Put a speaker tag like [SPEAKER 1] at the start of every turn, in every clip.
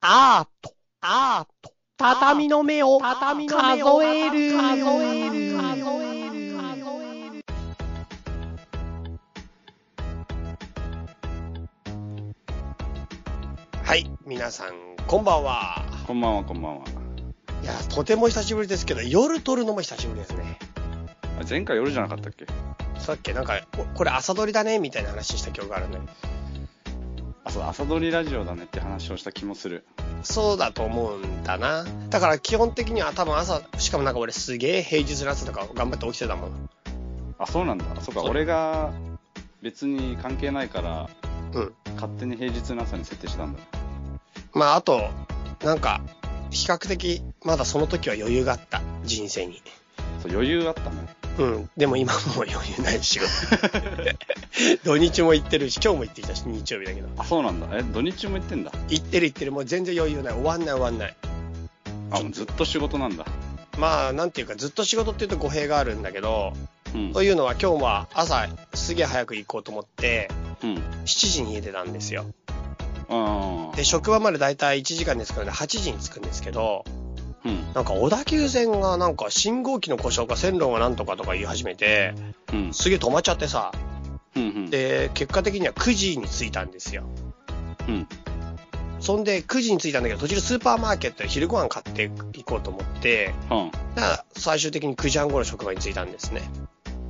[SPEAKER 1] アート、アート、畳の目を、畳の目を数える、数える、数える、数える。はい、皆さん、こんばんは。
[SPEAKER 2] こんばんは、こんばんは。
[SPEAKER 1] いや、とても久しぶりですけど、夜撮るのも久しぶりですね。
[SPEAKER 2] あ前回夜じゃなかったっけ
[SPEAKER 1] さっきなんか、ここれ朝撮りだね、みたいな話した記憶があるんだけど
[SPEAKER 2] あ、そうだ、朝撮りラジオだねって話をした気もする。
[SPEAKER 1] そうだと思うんだな。だから基本的には多分朝、しかもなんか俺すげえ平日の朝とか頑張って起きてたもん。
[SPEAKER 2] あ、そうなんだ。そうか、
[SPEAKER 1] そう
[SPEAKER 2] 俺が別に関係ないから、
[SPEAKER 1] うん。
[SPEAKER 2] 勝手に平日の朝に設定したんだ。
[SPEAKER 1] まああと、なんか、比較的まだその時は余裕があった、人生に。
[SPEAKER 2] そう、余裕あったね。
[SPEAKER 1] うん。でも今もう余裕ないし。 土日も行ってるし、今日も行ってきたし、日曜日だけど。
[SPEAKER 2] あ、そうなんだ。え、土日も行ってんだ。
[SPEAKER 1] 行ってる行ってる、もう全然余裕ない。終わんない終わんない。
[SPEAKER 2] あ、もうずっと仕事なんだ。
[SPEAKER 1] まあなんていうか、ずっと仕事っていうと語弊があるんだけど、
[SPEAKER 2] うん。
[SPEAKER 1] というのは今日は朝すげえ早く行こうと思って、
[SPEAKER 2] うん。
[SPEAKER 1] 7時に家出たんですよ。
[SPEAKER 2] あ
[SPEAKER 1] で、職場までだいたい1時間ですからね、8時に着くんですけど、
[SPEAKER 2] ーうん。
[SPEAKER 1] なんか小田急線がなんか信号機の故障か線路がなんとかとか言い始めて、
[SPEAKER 2] うん。
[SPEAKER 1] すげえ止まっちゃってさ、
[SPEAKER 2] うん。うん。
[SPEAKER 1] で、結果的には9時に着いたんですよ。
[SPEAKER 2] うん。
[SPEAKER 1] そんで9時に着いたんだけど、途中でスーパーマーケットで昼ご飯買っていこうと思って、
[SPEAKER 2] うん。
[SPEAKER 1] だから最終的に9時半頃職場に着いたんですね。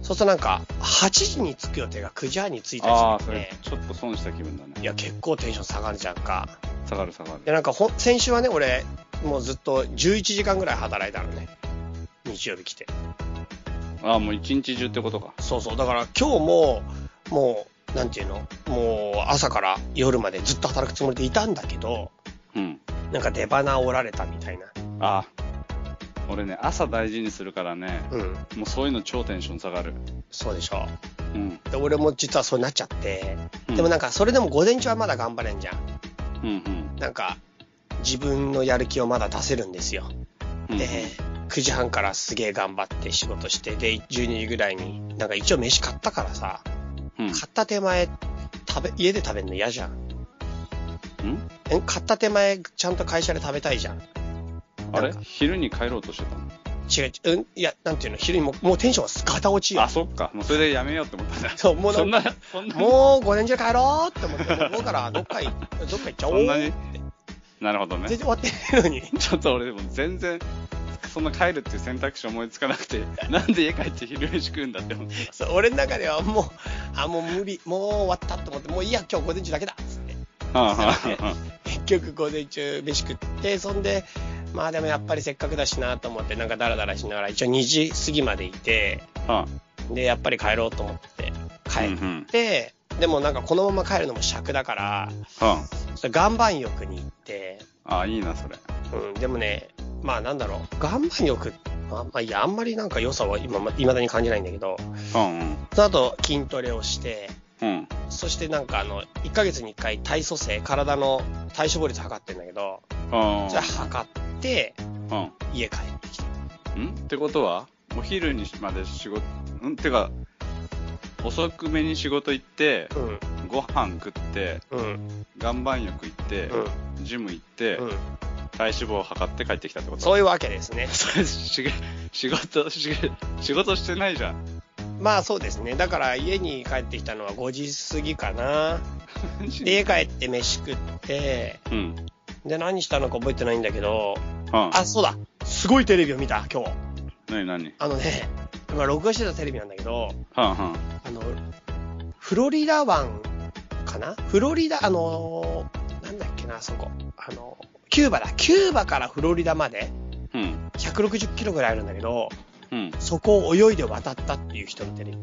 [SPEAKER 1] そうするとなんか、8時に着く予定が9時半に着いたり
[SPEAKER 2] ああ、
[SPEAKER 1] し
[SPEAKER 2] そ
[SPEAKER 1] て、
[SPEAKER 2] れ
[SPEAKER 1] ね、、
[SPEAKER 2] ちょっと損した気分だ
[SPEAKER 1] い
[SPEAKER 2] ね。
[SPEAKER 1] や、結構テンション下がるじゃんか。
[SPEAKER 2] 下がる下が
[SPEAKER 1] で
[SPEAKER 2] る。
[SPEAKER 1] なんかほん先週はね俺もうずっと11時間ぐらい働いたのね日曜日来て
[SPEAKER 2] ああ、もう一日中ってことか。
[SPEAKER 1] そうそうだから今日ももうなんていうのもう朝から夜までずっと働くつもりでいたんだけど
[SPEAKER 2] うん。
[SPEAKER 1] なんか出花折られたみたいな
[SPEAKER 2] あー俺ね、朝大事にするからね。
[SPEAKER 1] うん
[SPEAKER 2] もうそういうの超テンション下がる。
[SPEAKER 1] そうでしょ
[SPEAKER 2] うん。
[SPEAKER 1] で俺も実はそうなっちゃって
[SPEAKER 2] うん
[SPEAKER 1] でもなんかそれでも午前中はまだ頑張れんじゃん
[SPEAKER 2] うんうん
[SPEAKER 1] なんか自分のやる気をまだ出せるんですよ
[SPEAKER 2] うん。
[SPEAKER 1] で、9時半からすげえ頑張って仕事して、で、12時ぐらいに、なんか一応飯買ったからさ、
[SPEAKER 2] うん。
[SPEAKER 1] 買った手前、食べ、家で食べるの嫌じゃん。
[SPEAKER 2] うん
[SPEAKER 1] え買った手前、ちゃんと会社で食べたいじゃん。
[SPEAKER 2] あれ
[SPEAKER 1] なんか
[SPEAKER 2] 昼に帰ろうとしてた
[SPEAKER 1] 違う、うん、いや、なんていうの、昼にももうテンションがガタ落ち
[SPEAKER 2] の
[SPEAKER 1] よ
[SPEAKER 2] あ、。そっか。もうそれでやめようって思ったんだ。
[SPEAKER 1] そう、もうな
[SPEAKER 2] そ
[SPEAKER 1] ん
[SPEAKER 2] ん
[SPEAKER 1] か
[SPEAKER 2] な、そんな、
[SPEAKER 1] もう5年中帰ろうって思って、もう午後からどっかい、どっか行っちゃおう。
[SPEAKER 2] そんなに。なるほどね
[SPEAKER 1] 全然。終わってないのに。
[SPEAKER 2] ちょっと俺でも全然、そんな帰るっていう選択肢思いつかなくて、 なんで家帰って昼飯食うんだって思って。
[SPEAKER 1] そう、俺の中ではもう、あ、もう無理、もう終わったと思って、もういいや、今日午前中だけだっつって。
[SPEAKER 2] はあ
[SPEAKER 1] そうだ結局午前中飯食ってそんでまあでもやっぱりせっかくだしなと思ってなんかダラダラしながら一応2時過ぎまでいて
[SPEAKER 2] あはあは
[SPEAKER 1] でやっぱり帰ろうと思って
[SPEAKER 2] あ。
[SPEAKER 1] 帰
[SPEAKER 2] う
[SPEAKER 1] っ
[SPEAKER 2] んうん
[SPEAKER 1] て、でもなんかこのまま帰るのも尺だから
[SPEAKER 2] は
[SPEAKER 1] ちょっと岩盤浴に行って、
[SPEAKER 2] あ。ああ、いいな、それ。
[SPEAKER 1] うん、でもねまあなんだろう岩盤浴まあ、まあ、いやあんまりなんか良さは今ま未だに感じないんだけど
[SPEAKER 2] うんうん。
[SPEAKER 1] その後筋トレをして
[SPEAKER 2] うん。
[SPEAKER 1] そしてなんかあの1ヶ月に1回体組成体の体脂肪率測ってんだけど
[SPEAKER 2] あ
[SPEAKER 1] それ
[SPEAKER 2] あ。
[SPEAKER 1] 測って
[SPEAKER 2] うん。
[SPEAKER 1] 家帰ってきて
[SPEAKER 2] んってことはお昼にまで仕事んってか遅くめに仕事行って
[SPEAKER 1] うん
[SPEAKER 2] ご飯食って
[SPEAKER 1] うん
[SPEAKER 2] 岩盤浴行って、
[SPEAKER 1] うん
[SPEAKER 2] ジム行って、
[SPEAKER 1] うん
[SPEAKER 2] 体脂肪を測って帰ってきたってこと
[SPEAKER 1] そういうわけですね
[SPEAKER 2] それし仕事し仕事してないじゃん
[SPEAKER 1] まあそうですねだから家に帰ってきたのは5時過ぎかなで家帰って飯食って
[SPEAKER 2] うんうん
[SPEAKER 1] で何したのか覚えてないんだけどあそうだすごいテレビを見た今日
[SPEAKER 2] 何何
[SPEAKER 1] あのね今録画してたテレビなんだけど
[SPEAKER 2] はんはん
[SPEAKER 1] あのフロリダ湾かなフロリダあのなんだっけなそこあのキューバだキューバからフロリダまで
[SPEAKER 2] うん
[SPEAKER 1] 160キロぐらいあるんだけど
[SPEAKER 2] うん
[SPEAKER 1] そこを泳いで渡ったっていう人のテレビ。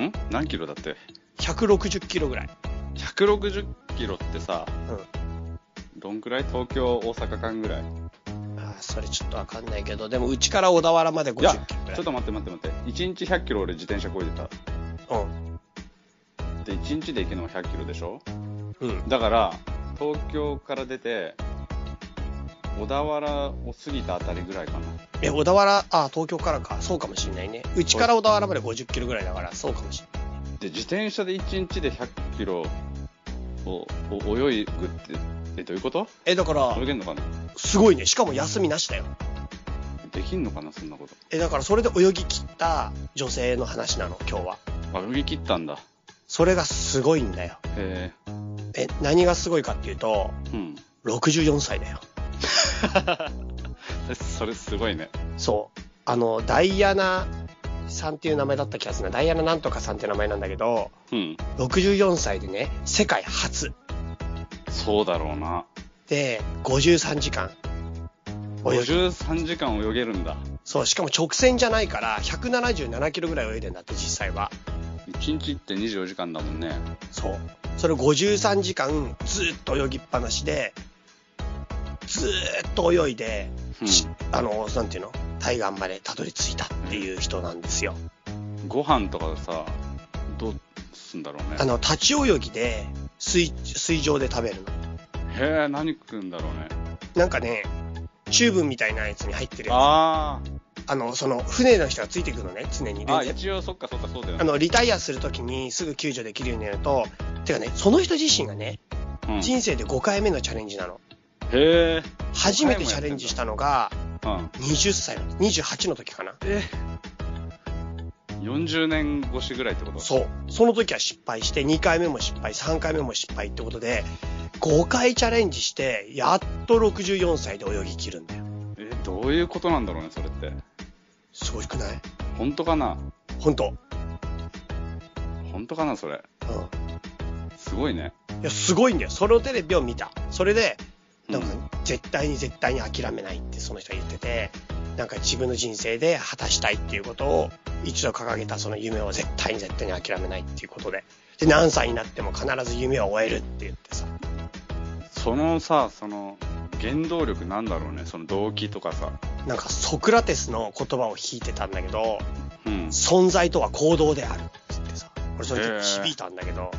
[SPEAKER 2] ん何キロだって
[SPEAKER 1] 160キロぐらい。
[SPEAKER 2] 160キロってさ
[SPEAKER 1] うん。
[SPEAKER 2] どんくらい東京大阪間ぐらい
[SPEAKER 1] あーそれちょっとわかんないけど、でもうちから小田原まで
[SPEAKER 2] いや
[SPEAKER 1] 50キロぐらい。
[SPEAKER 2] ちょっと待って待って待って1日100キロ俺自転車こいでたで1日で行けるのが100キロでしょ
[SPEAKER 1] うん。うん。
[SPEAKER 2] だから東京から出て小田原を過ぎたあたりぐらいかな
[SPEAKER 1] え、小田原、あー、東京からか。そうかもしんないね。うちから小田原まで50キロぐらいだから、そうかもしんない。
[SPEAKER 2] で自転車で1日で100キロおお泳ぐってえどういうこと
[SPEAKER 1] え、だから
[SPEAKER 2] 泳、げんのかな
[SPEAKER 1] すごいね。しかも休みなしだよ。
[SPEAKER 2] できんのかなそんなこと
[SPEAKER 1] え、だからそれで泳ぎ切った女性の話なの、今日は。
[SPEAKER 2] あ泳ぎ切ったんだ
[SPEAKER 1] それがすごいんだよ。
[SPEAKER 2] へ
[SPEAKER 1] え、何がすごいかっていうと、
[SPEAKER 2] えうん
[SPEAKER 1] 64歳だよ。
[SPEAKER 2] それすごいね
[SPEAKER 1] そう。あの、ダイアナさんっていう名前だった気がするな。ダイアナなんとかさんっていう名前なんだけど、
[SPEAKER 2] うん
[SPEAKER 1] 64歳でね、世界初。
[SPEAKER 2] そうだろうな
[SPEAKER 1] で、53時間。泳ぎ。
[SPEAKER 2] 53時間泳げるんだ
[SPEAKER 1] そう、しかも直線じゃないから、177キロぐらい泳いでんだって、実際は。
[SPEAKER 2] 1日って24時間だもんね
[SPEAKER 1] そう。それを53時間、ずーっと泳ぎっぱなしで、ずーっと泳いで、し
[SPEAKER 2] う
[SPEAKER 1] あの、なんていうの対岸までたどり着いたっていう人なんですよ。
[SPEAKER 2] んご飯とかさどうすんだろうね
[SPEAKER 1] あの、立ち泳ぎで、水、水上で食べるの。
[SPEAKER 2] へえ何食うんだろうね
[SPEAKER 1] なんかね、チューブみたいなやつに入ってるや
[SPEAKER 2] あー
[SPEAKER 1] つ。あの、その、船の人がついてくるのね、常に。で
[SPEAKER 2] あ一応そっかそっかそうだよ
[SPEAKER 1] あ
[SPEAKER 2] ね
[SPEAKER 1] の、リタイアするときにすぐ救助できるようになると、てかね、その人自身がね、
[SPEAKER 2] うんへ
[SPEAKER 1] 人生で5回目のチャレンジなの。
[SPEAKER 2] え
[SPEAKER 1] 初めてチャレンジしたのが、
[SPEAKER 2] うん
[SPEAKER 1] 20歳の、28の時かな。
[SPEAKER 2] え40年越しぐらいってこと
[SPEAKER 1] そう。その時は失敗して、2回目も失敗、3回目も失敗ってことで、5回チャレンジして、やっと64歳で泳ぎ切るんだよ。
[SPEAKER 2] えどういうことなんだろうねそれって
[SPEAKER 1] すごくない
[SPEAKER 2] 本当かな
[SPEAKER 1] 本当。
[SPEAKER 2] 本当かなそれ
[SPEAKER 1] う
[SPEAKER 2] すごいね
[SPEAKER 1] ん。いや、すごいんだよ。そのテレビを見た。それで、なんか
[SPEAKER 2] う、
[SPEAKER 1] 絶対に絶対に諦めないってその人は言ってて、なんか自分の人生で果たしたいっていうことを一度掲げたその夢を絶対に絶対に諦めないっていうことで、で、何歳になっても必ず夢を終えるって言ってさ、
[SPEAKER 2] そのさその原動力なんだろうねその動機とかさ
[SPEAKER 1] なんかソクラテスの言葉を引いてたんだけど、
[SPEAKER 2] うん
[SPEAKER 1] 存在とは行動であるって言ってさ、俺それ結構響いたんだけど、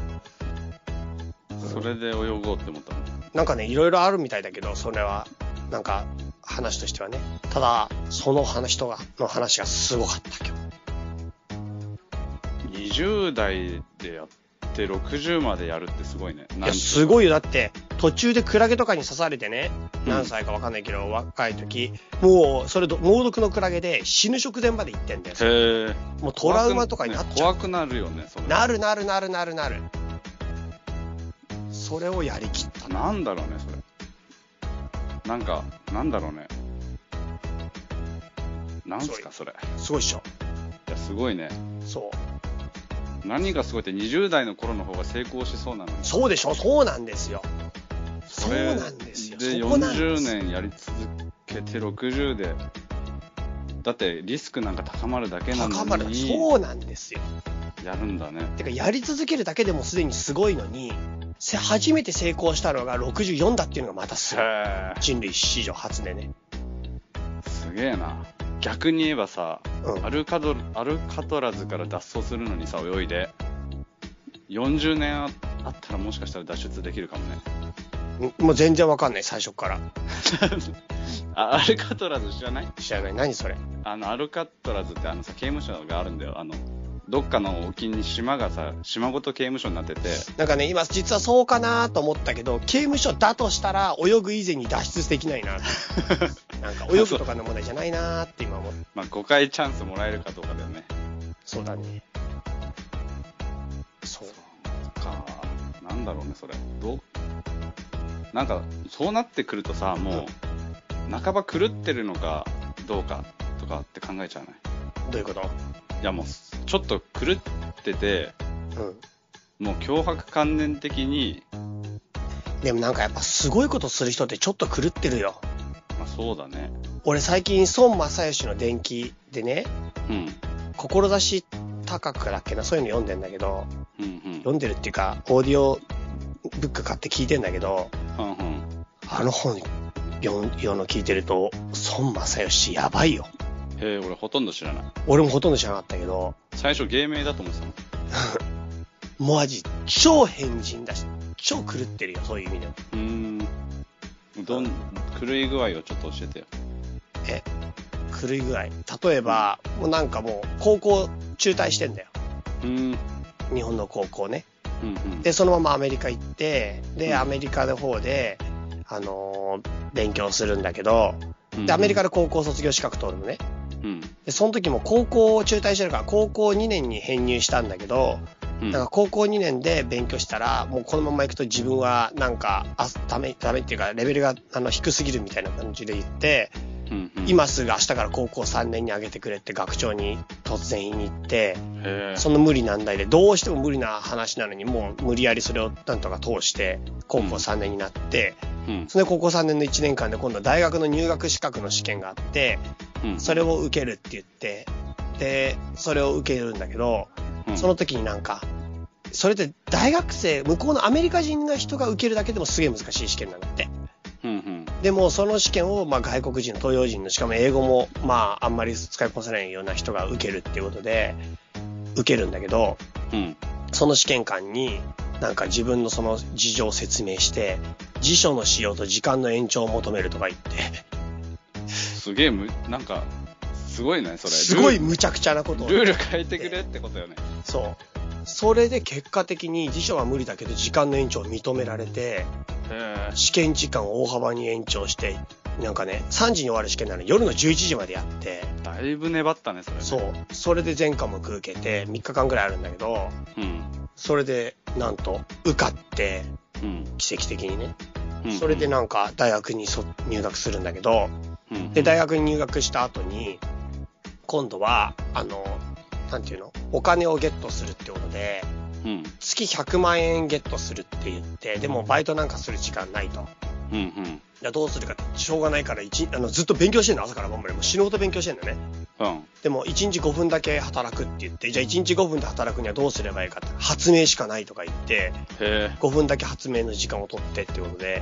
[SPEAKER 2] それで泳ごうって思ったの
[SPEAKER 1] なんかね、いろいろあるみたいだけど、それは、なんか話としてはね、ただ、その話人が、の話がすごかった今日。
[SPEAKER 2] 20代でやって60までやるってすごいね
[SPEAKER 1] い
[SPEAKER 2] なん
[SPEAKER 1] や、すごいよ。だって、途中でクラゲとかに刺されてね、
[SPEAKER 2] うん
[SPEAKER 1] 何歳かわかんないけど、若い時、もう、それど、猛毒のクラゲで死ぬ直前まで行ってんだよ。
[SPEAKER 2] へえ
[SPEAKER 1] もうトラウマとかになっちゃう。
[SPEAKER 2] 怖くなるよねそれ
[SPEAKER 1] なるなるなるなるなる。それをやりきったな。
[SPEAKER 2] なんだろうねそれなんかなんだろうねなんすかそれい
[SPEAKER 1] すごいっしょ。
[SPEAKER 2] やすごいね
[SPEAKER 1] そう。
[SPEAKER 2] 何がすごいって20代の頃の方が成功しそうなのに
[SPEAKER 1] そうでしょそうなんですよ。そ
[SPEAKER 2] そうれ
[SPEAKER 1] なんですよ。
[SPEAKER 2] で
[SPEAKER 1] そこなんで
[SPEAKER 2] 40
[SPEAKER 1] す
[SPEAKER 2] 年やり続けて60でだってリスクなんか高まるだけな
[SPEAKER 1] 高ま
[SPEAKER 2] の
[SPEAKER 1] る。
[SPEAKER 2] に
[SPEAKER 1] そうなんですよ。
[SPEAKER 2] やるんだね
[SPEAKER 1] てか、やり続けるだけでもすでにすごいのに、せ初めて成功したのが64だっていうのがまたすごい。
[SPEAKER 2] へ
[SPEAKER 1] 人類史上初でね。
[SPEAKER 2] えすげえな逆に言えばさ
[SPEAKER 1] うん
[SPEAKER 2] アルカドアルカトラズから脱走するのにさ泳いで40年ああったらもしかしたら脱出できるかもね
[SPEAKER 1] もう全然わかんない、最初から。
[SPEAKER 2] あアルカトラズ知らない
[SPEAKER 1] 知らない。何それ。
[SPEAKER 2] あのアルカトラズってあのさ刑務所があるんだよあのどっかの沖に島がさ島ごと刑務所になってて
[SPEAKER 1] なんかね、今、実はそうかなと思ったけど、刑務所だとしたら、泳ぐ以前に脱出できないな。なん か、泳ぐとかの問題じゃないなって今思って。
[SPEAKER 2] まあ、5回チャンスもらえるかどうかだよね。
[SPEAKER 1] そうだね。そう。
[SPEAKER 2] か。なんだろうね、それ。どうなんか、そうなってくるとさ、もう、半ば狂ってるのかどうかとかって考えちゃうね。
[SPEAKER 1] どういうこと
[SPEAKER 2] いや、もう、ちょっと狂ってて、
[SPEAKER 1] うん。
[SPEAKER 2] もう脅迫観念的に、
[SPEAKER 1] でもなんかやっぱすごいことする人ってちょっと狂ってるよ。
[SPEAKER 2] まあ、そうだね。
[SPEAKER 1] 俺最近孫正義の伝記でね、
[SPEAKER 2] うん。
[SPEAKER 1] 志高くだっけな、そういうの読んでんだけど、
[SPEAKER 2] うんうん。
[SPEAKER 1] 読んでるっていうか、オーディオブック買って聞いてんだけど、
[SPEAKER 2] うんうん。
[SPEAKER 1] あの本読読むの聞いてると、孫正義やばいよ。
[SPEAKER 2] へえ、俺ほとんど知らない。
[SPEAKER 1] 俺もほとんど知らなかったけど、
[SPEAKER 2] 最初芸名だと思ってたもん。
[SPEAKER 1] マジ超変人だし、超狂ってるよ、そういう意味では。
[SPEAKER 2] うーん。どん、狂い具合をちょっと教えてよ。
[SPEAKER 1] え、狂い具合。例えば、もうなんかもう高校中退してんだよ。
[SPEAKER 2] うーん。
[SPEAKER 1] 日本の高校ね。
[SPEAKER 2] うんうん
[SPEAKER 1] で、そのままアメリカ行って、
[SPEAKER 2] うん
[SPEAKER 1] で、アメリカの方で、あのー勉強するんだけど、
[SPEAKER 2] うん
[SPEAKER 1] で、アメリカで高校卒業資格取るのね。
[SPEAKER 2] うん
[SPEAKER 1] で、その時も高校を中退してるから、高校2年に編入したんだけど、
[SPEAKER 2] うん
[SPEAKER 1] だから高校2年で勉強したら、もうこのまま行くと自分はなんか、あダメ、ダメっていうか、レベルがあの低すぎるみたいな感じで言って、
[SPEAKER 2] うんうん
[SPEAKER 1] 今すぐ明日から高校3年に上げてくれって学長に突然言いに行って、
[SPEAKER 2] へえ
[SPEAKER 1] その無理難題で、どうしても無理な話なのに、もう無理やりそれをなんとか通して、高校3年になって、
[SPEAKER 2] うん
[SPEAKER 1] それで高校3年の1年間で今度は大学の入学資格の試験があって、
[SPEAKER 2] うん
[SPEAKER 1] それを受けるって言って、で、それを受けるんだけど、
[SPEAKER 2] うん
[SPEAKER 1] その時になんか、それって大学生、向こうのアメリカ人の人が受けるだけでもすげえ難しい試験なんだって。
[SPEAKER 2] うんうん
[SPEAKER 1] でもその試験をまあ外国人、東洋人の、しかも英語もまああんまり使いこなせないような人が受けるっていうことで、受けるんだけど、
[SPEAKER 2] うん
[SPEAKER 1] その試験官に、なんか自分のその事情を説明して、辞書の使用と時間の延長を求めるとか言って、
[SPEAKER 2] すげえむなんかすごいねそれ
[SPEAKER 1] すごい
[SPEAKER 2] ル
[SPEAKER 1] 無茶苦茶なことを
[SPEAKER 2] ールール変えてくれってことよね
[SPEAKER 1] そう。それで結果的に辞書は無理だけど時間の延長を認められて、
[SPEAKER 2] へ
[SPEAKER 1] 試験時間を大幅に延長して、なんかね、3時に終わる試験なのに夜の11時までやって、
[SPEAKER 2] えだいぶ粘ったねそれね
[SPEAKER 1] そう。それで全科目受けて、3日間ぐらいあるんだけど、
[SPEAKER 2] うん
[SPEAKER 1] それで、なんと、受かって、
[SPEAKER 2] うん
[SPEAKER 1] 奇跡的にね。
[SPEAKER 2] うん
[SPEAKER 1] それでなんか、大学にそ入学するんだけど、
[SPEAKER 2] うん
[SPEAKER 1] で、大学に入学した後に、今度は、あの、なんていうのお金をゲットするってことで、
[SPEAKER 2] うん
[SPEAKER 1] 月100万円ゲットするって言って、でもバイトなんかする時間ないと。
[SPEAKER 2] うんうん
[SPEAKER 1] いやどうするかってしょうがないから一あのずっと勉強してんの朝から晩までもう死ぬほど勉強してんだよね
[SPEAKER 2] うん
[SPEAKER 1] でも1日5分だけ働くって言ってじゃあ1日5分で働くにはどうすればいいかって発明しかないとか言って
[SPEAKER 2] へえ
[SPEAKER 1] 5分だけ発明の時間を取ってってことで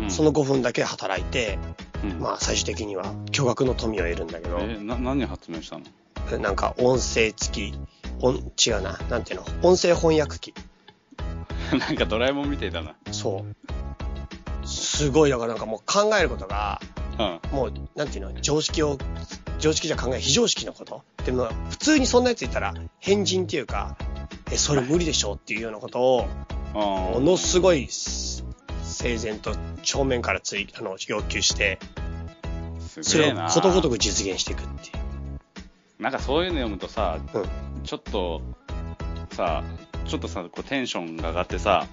[SPEAKER 2] うん
[SPEAKER 1] その5分だけ働いて
[SPEAKER 2] うん
[SPEAKER 1] まあ最終的には巨額の富を得るんだけど
[SPEAKER 2] えな何発明したの
[SPEAKER 1] なんか音声付き音違うななんていうの音声翻訳機
[SPEAKER 2] なんかドラえもんみたいだな
[SPEAKER 1] そうすごいだからなんかもう考えることが
[SPEAKER 2] うん
[SPEAKER 1] もう、なんていうの、常識を、常識じゃ考えない、非常識のこと。でも、普通にそんなやついたら、変人っていうか、え、それ無理でしょうっていうようなことを、も
[SPEAKER 2] も
[SPEAKER 1] のす
[SPEAKER 2] い
[SPEAKER 1] ごい、す整然と正面からつい、あの、要求して、そ
[SPEAKER 2] すげ
[SPEAKER 1] れ
[SPEAKER 2] え
[SPEAKER 1] を
[SPEAKER 2] な
[SPEAKER 1] ことごとく実現していくっていう。
[SPEAKER 2] なんかそういうの読むとさ、
[SPEAKER 1] うん
[SPEAKER 2] ちょっとさちょっとさこうテンションが上がってさ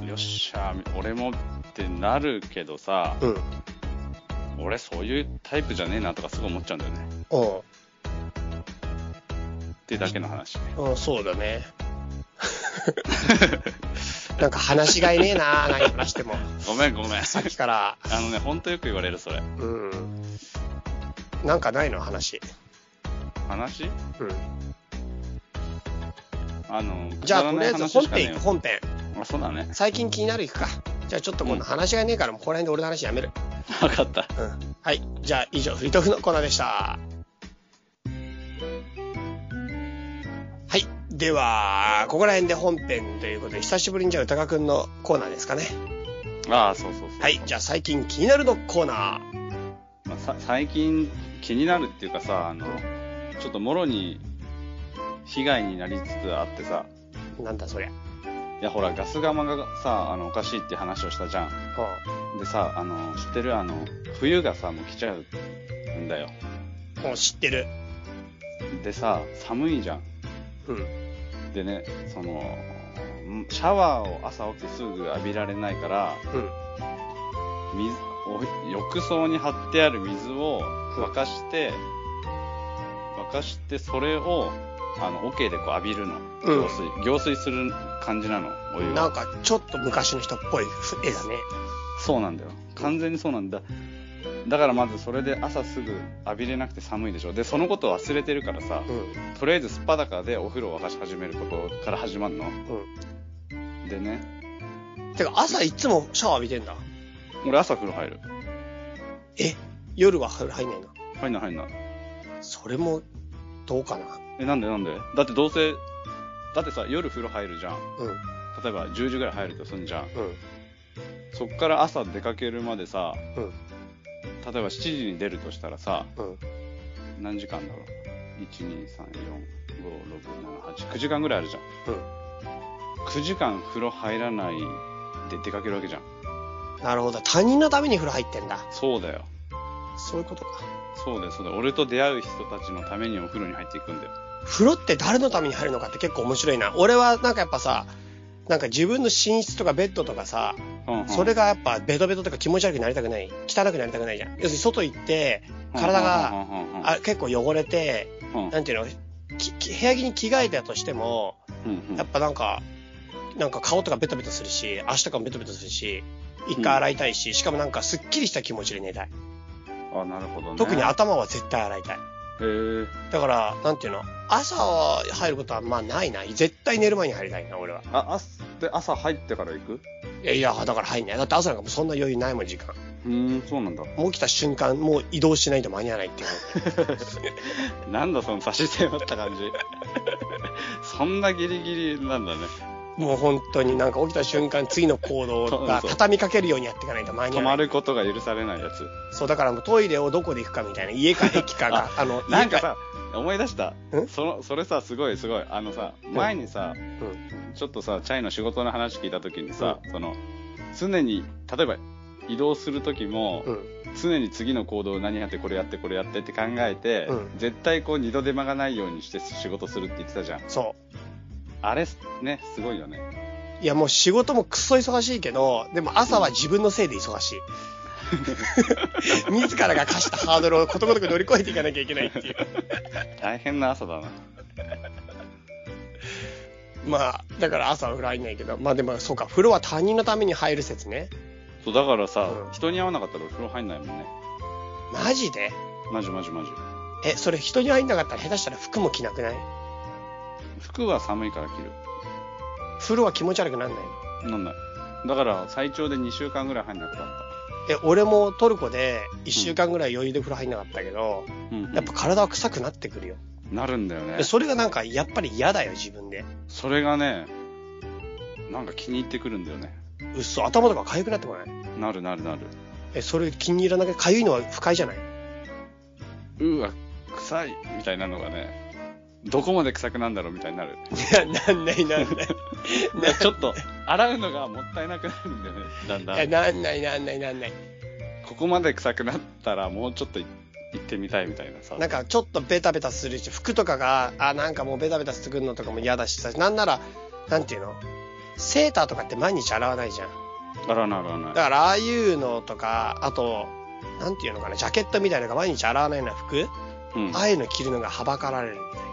[SPEAKER 1] うん、
[SPEAKER 2] よっしゃ俺もってなるけどさ、
[SPEAKER 1] うん、うん。
[SPEAKER 2] 俺そういうタイプじゃねえなとかすごい思っちゃうんだよねっていうだけの話ね
[SPEAKER 1] うん、そうだね。 なんか話しがいねえな何話しても。
[SPEAKER 2] ごめんごめん
[SPEAKER 1] さっきから、
[SPEAKER 2] あのねほんとよく言われるそれ
[SPEAKER 1] うん。なんかないの話。
[SPEAKER 2] 話
[SPEAKER 1] うん。
[SPEAKER 2] あの
[SPEAKER 1] じゃ
[SPEAKER 2] く
[SPEAKER 1] あ、
[SPEAKER 2] だ
[SPEAKER 1] とり
[SPEAKER 2] ら
[SPEAKER 1] あえ
[SPEAKER 2] ない
[SPEAKER 1] ず
[SPEAKER 2] 話
[SPEAKER 1] 本
[SPEAKER 2] しかねえ
[SPEAKER 1] 編行く、本編。
[SPEAKER 2] よあそうだね
[SPEAKER 1] 最近気になる行くか。じゃあ、ちょっと今度話がねえから、もうここら辺で俺の話やめる。
[SPEAKER 2] 分かった
[SPEAKER 1] うん。はい。じゃあ、以上、フリートークのコーナーでした。はい。では、ここら辺で本編ということで、久しぶりにじゃあ、歌川くんのコーナーですかね。
[SPEAKER 2] ああそうそうそう
[SPEAKER 1] はい。じゃあ、最近気になるのコーナー。
[SPEAKER 2] まあ、さ最近気になるっていうかさあのちょっともろに被害になりつつあってさ
[SPEAKER 1] なんだそりゃ。
[SPEAKER 2] いやほらガス釜がさあのおかしいって話をしたじゃんでさあの知ってるあの冬がさもう来ちゃうんだよ
[SPEAKER 1] うん。もう知ってる。
[SPEAKER 2] でさ寒いじゃん
[SPEAKER 1] うん。
[SPEAKER 2] でねそのんシャワーを朝起きてすぐ浴びられないから
[SPEAKER 1] うん。
[SPEAKER 2] 水お浴槽に張ってある水を沸かして、沸かしてそれをあの桶でこう浴びるの
[SPEAKER 1] うん
[SPEAKER 2] 浄水、浄水する感じなのお湯を
[SPEAKER 1] なんか、ちょっと昔の人っぽい絵だね。
[SPEAKER 2] そうなんだよ完全にそうなんだだからまずそれで朝すぐ浴びれなくて寒いでしょでそのことを忘れてるからさ、
[SPEAKER 1] う
[SPEAKER 2] とりあえずスパダカでお風呂を沸かし始めることから始まるの
[SPEAKER 1] ん。
[SPEAKER 2] でね
[SPEAKER 1] うん。てか、朝いつもシャワー浴びてんだ。
[SPEAKER 2] 俺朝風呂入る
[SPEAKER 1] え夜は入んないの
[SPEAKER 2] 入んない入んない
[SPEAKER 1] それもどうかな
[SPEAKER 2] えなんでなんでだってどうせだってさ夜風呂入るじゃん
[SPEAKER 1] うん
[SPEAKER 2] 例えば10時ぐらい入るとすんじゃん
[SPEAKER 1] うん
[SPEAKER 2] そっから朝出かけるまでさ
[SPEAKER 1] うん
[SPEAKER 2] 例えば7時に出るとしたらさ
[SPEAKER 1] うん
[SPEAKER 2] 何時間だろう1 2 3 4 5 6 7 8 9時間ぐらいあるじゃん9時間風呂入らないで出かけるわけじゃん
[SPEAKER 1] なるほど。他人のために風呂入ってんだ。
[SPEAKER 2] そうだよ
[SPEAKER 1] そういうことか。
[SPEAKER 2] そうだよそうだよ俺と出会う人たちのためにお風呂に入っていくんだよ
[SPEAKER 1] 風呂って誰のために入るのかって結構面白いな。俺はなんかやっぱさ、なんか自分の寝室とかベッドとかさ、
[SPEAKER 2] うんうん
[SPEAKER 1] それがやっぱベトベトとか気持ち悪くなりたくない。汚くなりたくないじゃん。要するに外行って、体が、
[SPEAKER 2] うんうんうんうん
[SPEAKER 1] あ結構汚れて、
[SPEAKER 2] うん
[SPEAKER 1] なんていうの、きき部屋着に着替えたとしても、
[SPEAKER 2] うんうん
[SPEAKER 1] やっぱなんか、なんか顔とかベトベトするし、足とかもベトベトするし、一回洗いたいし、しかもなんかすっきりした気持ちで寝たい。
[SPEAKER 2] あなるほどね
[SPEAKER 1] 特に
[SPEAKER 2] へ
[SPEAKER 1] 頭は絶対洗いたい。
[SPEAKER 2] え
[SPEAKER 1] だから、なんていうの、朝は入ることはまあないな。絶対寝る前に入りたいな、俺は。
[SPEAKER 2] あ朝で朝入ってから行く
[SPEAKER 1] いや、いやだから入んない。だって朝なんかもうそんな余裕ないもん、時間。
[SPEAKER 2] うーんそうなんだ
[SPEAKER 1] もう起きた瞬間、もう移動しないと間に合わないっていう。
[SPEAKER 2] なんだその差し迫った 感じそんなギリギリなんだね
[SPEAKER 1] もう本当になんか起きた瞬間、次の行動が
[SPEAKER 2] そう
[SPEAKER 1] 畳みかけるようにやっていかないと間に合
[SPEAKER 2] 止
[SPEAKER 1] わな
[SPEAKER 2] ま
[SPEAKER 1] い。
[SPEAKER 2] ることが許されないやつ
[SPEAKER 1] そう、だからもうトイレをどこで行くかみたいな。家か駅かが。あの、
[SPEAKER 2] なんか
[SPEAKER 1] 家
[SPEAKER 2] さ思い出した
[SPEAKER 1] ん
[SPEAKER 2] そのそれさすごいすごいあのさ前にさ、ちょっとさチャイの仕事の話聞いた時にさ、その常に例えば移動する時も、
[SPEAKER 1] うん
[SPEAKER 2] 常に次の行動を何やってこれやってこれやってって考えて、
[SPEAKER 1] うん
[SPEAKER 2] 絶対こう二度手間がないようにして仕事するって言ってたじゃん
[SPEAKER 1] そ
[SPEAKER 2] あれねすごいよね
[SPEAKER 1] う。いや、もう仕事もくっそ忙しいけど、でも朝は自分のせいで忙 しい。自らが課したハードルをことごとく乗り越えていかなきゃいけないっていう。
[SPEAKER 2] 大変な朝だな
[SPEAKER 1] まあ、だから朝は風呂入んないけど、まあでもそうか、風呂は他人のために入る説ね。
[SPEAKER 2] そうだからさ、
[SPEAKER 1] うん
[SPEAKER 2] 人に会わなかったらお風呂入んないもんね
[SPEAKER 1] マジで
[SPEAKER 2] マジマジマジ
[SPEAKER 1] え、それ人に入んなかったら下手したら服も着なくない
[SPEAKER 2] 服は寒いから着
[SPEAKER 1] 風呂は気持ち悪くなんないの
[SPEAKER 2] るなんないだから最長で2週間ぐらい入んなくなっ
[SPEAKER 1] え、俺もトルコで1週間ぐらい余裕で風呂入んなかったけど、
[SPEAKER 2] た、うんうん
[SPEAKER 1] やっぱ体は臭くなってくるよ。
[SPEAKER 2] なるんだよね
[SPEAKER 1] でそれがなんかやっぱり嫌だよ、自分で。
[SPEAKER 2] それがねなんか気に入ってくるんだよね
[SPEAKER 1] うっそ、頭とか痒くなってこない
[SPEAKER 2] なるなるなる
[SPEAKER 1] え、それ気に入らなきゃ、痒いのは不快じゃないう
[SPEAKER 2] わ臭いみたいなのがねどこまで臭くなんだろうみたいになる
[SPEAKER 1] なんない なんない。
[SPEAKER 2] ちょっと洗うのがもったいなくなるんだよねだんだ
[SPEAKER 1] え
[SPEAKER 2] ん
[SPEAKER 1] なんないなんないなんない。
[SPEAKER 2] ここまで臭くなったらもうちょっとい行ってみたいみたいなさ
[SPEAKER 1] なんかちょっとベタベタするし、服とかが、あ、なんかもうベタベタしてくるのとかも嫌だしさ、なんなら、なんていうのセーターとかって毎日洗わないじゃん。
[SPEAKER 2] 洗わない洗わない
[SPEAKER 1] だからああいうのとか、あと、なんていうのかな、ジャケットみたいなのが毎日洗わないような服、
[SPEAKER 2] うん
[SPEAKER 1] ああいうの着るのがはばかられるみたいな。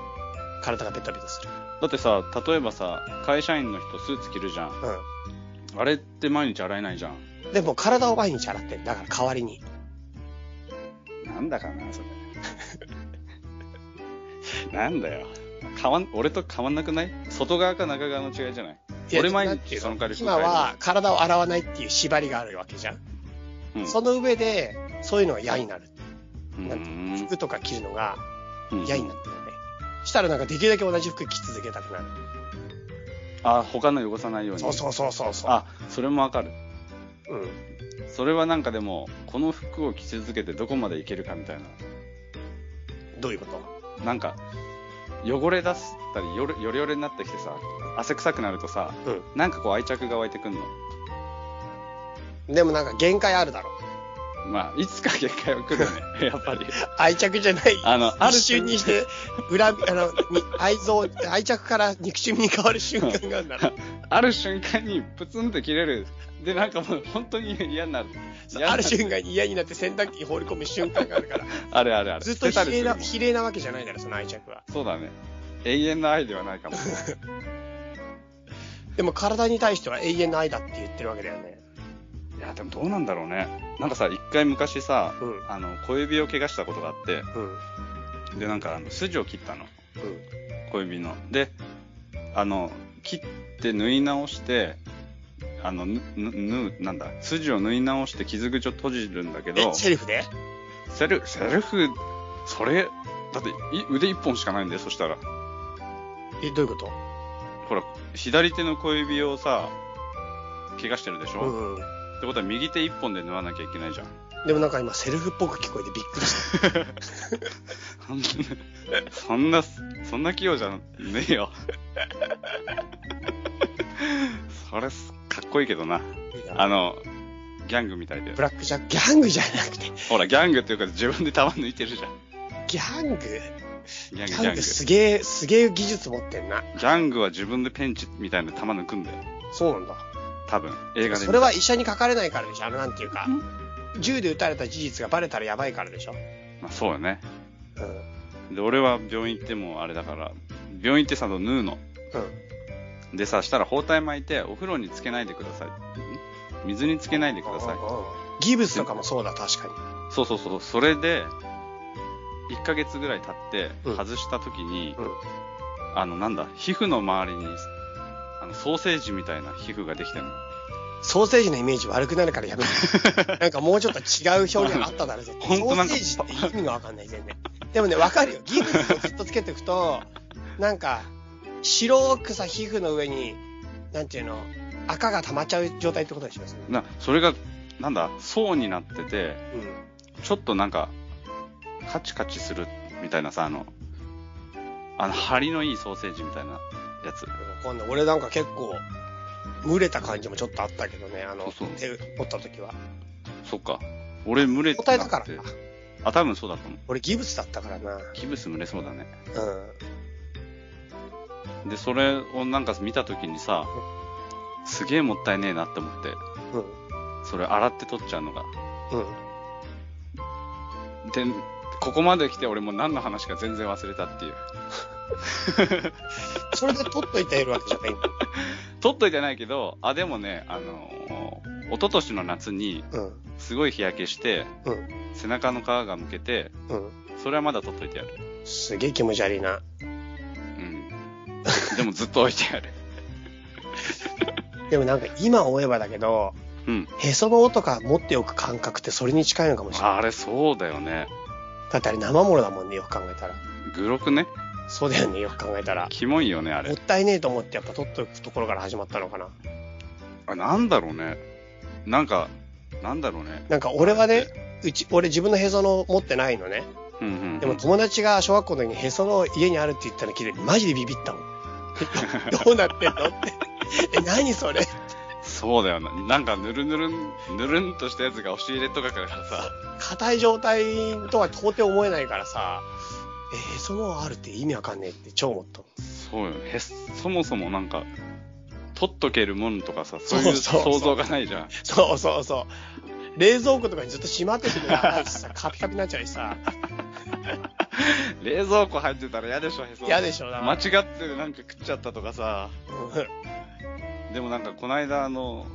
[SPEAKER 1] 体がベタベタする。
[SPEAKER 2] だってさ例えばさ会社員の人スーツ着るじゃんあれって毎日洗えないじゃん
[SPEAKER 1] うん。でも体を毎日洗ってんだから代わりに。
[SPEAKER 2] なんだかなそれ なんだよ変わん俺と変わんなくない外側か中側の違いじゃない
[SPEAKER 1] いや
[SPEAKER 2] 俺毎
[SPEAKER 1] な
[SPEAKER 2] 日
[SPEAKER 1] んていう
[SPEAKER 2] その代わり服
[SPEAKER 1] 今
[SPEAKER 2] 変える
[SPEAKER 1] は体を洗わないっていう縛りがあるわけじゃん。
[SPEAKER 2] うん
[SPEAKER 1] その上で、そういうのが嫌になる。
[SPEAKER 2] うん
[SPEAKER 1] なんて服とか着るのが
[SPEAKER 2] うん
[SPEAKER 1] 嫌になってるよね。したらなんかできるだけ同じ服着続けたくなる。
[SPEAKER 2] あ他の汚さないように
[SPEAKER 1] そうそうそうそうそう。
[SPEAKER 2] あそれもわかる
[SPEAKER 1] うん。
[SPEAKER 2] それはなんかでもこの服を着続けてどこまでいけるかみたい
[SPEAKER 1] どういうこと
[SPEAKER 2] ななんか汚れ出したりよれよれよれになってきてさ汗臭くなるとさ
[SPEAKER 1] う
[SPEAKER 2] なんかこう愛着が湧いてくんの
[SPEAKER 1] ん。でもなんか限界あるだろ。
[SPEAKER 2] まあいつか限界は来るよ ねやっぱり
[SPEAKER 1] 愛着じゃない。
[SPEAKER 2] あのある
[SPEAKER 1] 一瞬にして、裏、あの、に愛憎、愛着から憎しみに変わる瞬間があるんだろ。
[SPEAKER 2] ある瞬間にプツンって切れるでなんかもう本当に嫌になる嫌に な
[SPEAKER 1] ある瞬間に嫌になって洗濯機に放り込む瞬間があるから、
[SPEAKER 2] あるあるある
[SPEAKER 1] ずっと
[SPEAKER 2] 捨てた
[SPEAKER 1] 比
[SPEAKER 2] りす
[SPEAKER 1] 例
[SPEAKER 2] る
[SPEAKER 1] な、
[SPEAKER 2] もん
[SPEAKER 1] 比例なわけじゃないだろ、その愛着は。
[SPEAKER 2] そうだね永遠の愛ではな いかも
[SPEAKER 1] でも体に対しては永遠の愛だって言ってるわけだよね。
[SPEAKER 2] いやでもどうなんだろうねなんかさ一回昔さ
[SPEAKER 1] うん、うん、
[SPEAKER 2] あの小指を怪我したことがあって
[SPEAKER 1] うん、
[SPEAKER 2] でなんかあの筋を切ったの小指のであの切って縫い直してあのぬぬ縫うなんだ筋を縫い直して傷口を閉じるんだけ
[SPEAKER 1] え
[SPEAKER 2] ど、
[SPEAKER 1] セルフで
[SPEAKER 2] セルセルフそれだってい腕一本しかないんだよそしたら
[SPEAKER 1] え、どういうこ
[SPEAKER 2] ほら左手の小指をさ怪我してるでし
[SPEAKER 1] と
[SPEAKER 2] ょ、っ
[SPEAKER 1] うん、うん。
[SPEAKER 2] てことは右手一本で縫わなきゃいけないじゃん
[SPEAKER 1] でもなんか今セルフっぽく聞こえてびっくりし
[SPEAKER 2] そんな、そんな器用じゃねえよ。それす、かっこいいけどな。あの、ギャングみたいで
[SPEAKER 1] ブ。ラックジャック、ギャングじゃなくて、
[SPEAKER 2] ほら、ギャングっていうか自分で弾抜いてるじゃん。
[SPEAKER 1] ギャング
[SPEAKER 2] ギャン
[SPEAKER 1] ギ
[SPEAKER 2] グ、ギ
[SPEAKER 1] ャ
[SPEAKER 2] ャ
[SPEAKER 1] ン
[SPEAKER 2] ン
[SPEAKER 1] グ
[SPEAKER 2] グ。
[SPEAKER 1] すげえ、すげえ技術持ってんな。
[SPEAKER 2] ギャングは自分でペンチみたいな弾抜くんだよ。
[SPEAKER 1] そうなんだ。
[SPEAKER 2] 多分、映画で見た。
[SPEAKER 1] それは医者に書かれないからでしょ。あの、なんていうか
[SPEAKER 2] ん、
[SPEAKER 1] 銃で撃たれた事実がバレたらやばいからでしょ。
[SPEAKER 2] まあ、そうよね。
[SPEAKER 1] うん。うん。
[SPEAKER 2] で、俺は病院行ってもあれだから、病院行ってさ、あの縫うの。でさ、したら包帯巻いて、お風呂につけないでください。ん水につけないでください。
[SPEAKER 1] ギブスとかもそうだ、確かに。
[SPEAKER 2] そうそうそう。それで、1ヶ月ぐらい経って
[SPEAKER 1] うん、
[SPEAKER 2] 外した時に、
[SPEAKER 1] うん。
[SPEAKER 2] あの、なんだ、皮膚の周りに、あの、ソーセージみたいな皮膚ができてるの。
[SPEAKER 1] ソーセージのイメージ悪くなるからやめ て。なんかもうちょっと違う表現あっただろ、絶対。ソ
[SPEAKER 2] ほんとな
[SPEAKER 1] ー
[SPEAKER 2] ん
[SPEAKER 1] セ
[SPEAKER 2] か
[SPEAKER 1] ージって意味がわかんない、全然。でもね、わかるよ。ギブスをずっとつけておくと、なんか、白くさ、皮膚の上に、なんていうの、赤が溜まっちゃう状態ってことでしょ、それ
[SPEAKER 2] な、それが、なんだ、層になってて、ちょっとなんか、カチカチするみたいなさ、あの、あの、張りのいいソーセージみたいなや
[SPEAKER 1] う
[SPEAKER 2] つ。
[SPEAKER 1] ん。わかんない。俺なんか結構、蒸れた感じもちょっとあったけどね、あの、
[SPEAKER 2] そうそう
[SPEAKER 1] 手持った時は。
[SPEAKER 2] そっか。俺、群れて
[SPEAKER 1] 答え
[SPEAKER 2] な
[SPEAKER 1] だ
[SPEAKER 2] く
[SPEAKER 1] から
[SPEAKER 2] て
[SPEAKER 1] か。
[SPEAKER 2] あ、多分そうだと思う。
[SPEAKER 1] 俺ギブスだったからな。
[SPEAKER 2] キブス群れそうだね。
[SPEAKER 1] うん。
[SPEAKER 2] で、それをなんか見た時にさ、すげえもったいねえなって思って、
[SPEAKER 1] うん。
[SPEAKER 2] それ洗って取っちゃうのが。
[SPEAKER 1] うん。
[SPEAKER 2] で、ここまで来て俺もう何の話か全然忘れたっていう。
[SPEAKER 1] それで取っといているわけじゃないんだ。
[SPEAKER 2] 取っといてないけど、あ、でもね、あの、一昨年の夏に
[SPEAKER 1] うん。
[SPEAKER 2] すごい日焼けして、
[SPEAKER 1] うん
[SPEAKER 2] 背中の皮がむけて、
[SPEAKER 1] うん。
[SPEAKER 2] それはまだ取っといてやる。
[SPEAKER 1] すげえ気持ち悪いな。
[SPEAKER 2] うん。でもずっと置いてやる。
[SPEAKER 1] でもなんか今思えばだけど、
[SPEAKER 2] うん。
[SPEAKER 1] へその緒とか持っておく感覚ってそれに近いのかもしれない。
[SPEAKER 2] あれ、そうだよね。
[SPEAKER 1] だってあれ生物だもんね、よく考えたら。
[SPEAKER 2] グロくね。
[SPEAKER 1] そうだよね、よく考えたら。
[SPEAKER 2] キモいよね、あ
[SPEAKER 1] もっ
[SPEAKER 2] れ。
[SPEAKER 1] たいねえと思ってやっぱ取っとくところから始まったのかな。
[SPEAKER 2] あなんだろうね。なんか、なんだろうね。
[SPEAKER 1] なんか俺はね、うち、俺自分のへその緒持ってないのね。
[SPEAKER 2] うんうんうん。
[SPEAKER 1] でも友達が小学校の時にへその緒家にあるって言ったの聞いて、マジでビビったもん。 どうなってんのって。え、何それ
[SPEAKER 2] そうだよな。なんか、ぬるぬるん、ぬるんとしたやつが押し入れとかからさ、
[SPEAKER 1] 硬い状態とは到底思えないからさ、えー、そのあるって意味わかんねえって超思ったもん。
[SPEAKER 2] そうよね。へそもそもなんか、取っとけるもんとかさ、そういう
[SPEAKER 1] そうそうそう
[SPEAKER 2] 想像がないじゃん。
[SPEAKER 1] そうそうそう。冷蔵庫とかにずっとしまっててもやばいしさ、カピカピになっちゃうしさ、
[SPEAKER 2] 冷蔵庫入ってたら嫌でしょ、へそ。
[SPEAKER 1] 嫌でしょ、だか
[SPEAKER 2] 間
[SPEAKER 1] ら。
[SPEAKER 2] 違ってなんか食っちゃったとかさ。でもなんか、この間、あの、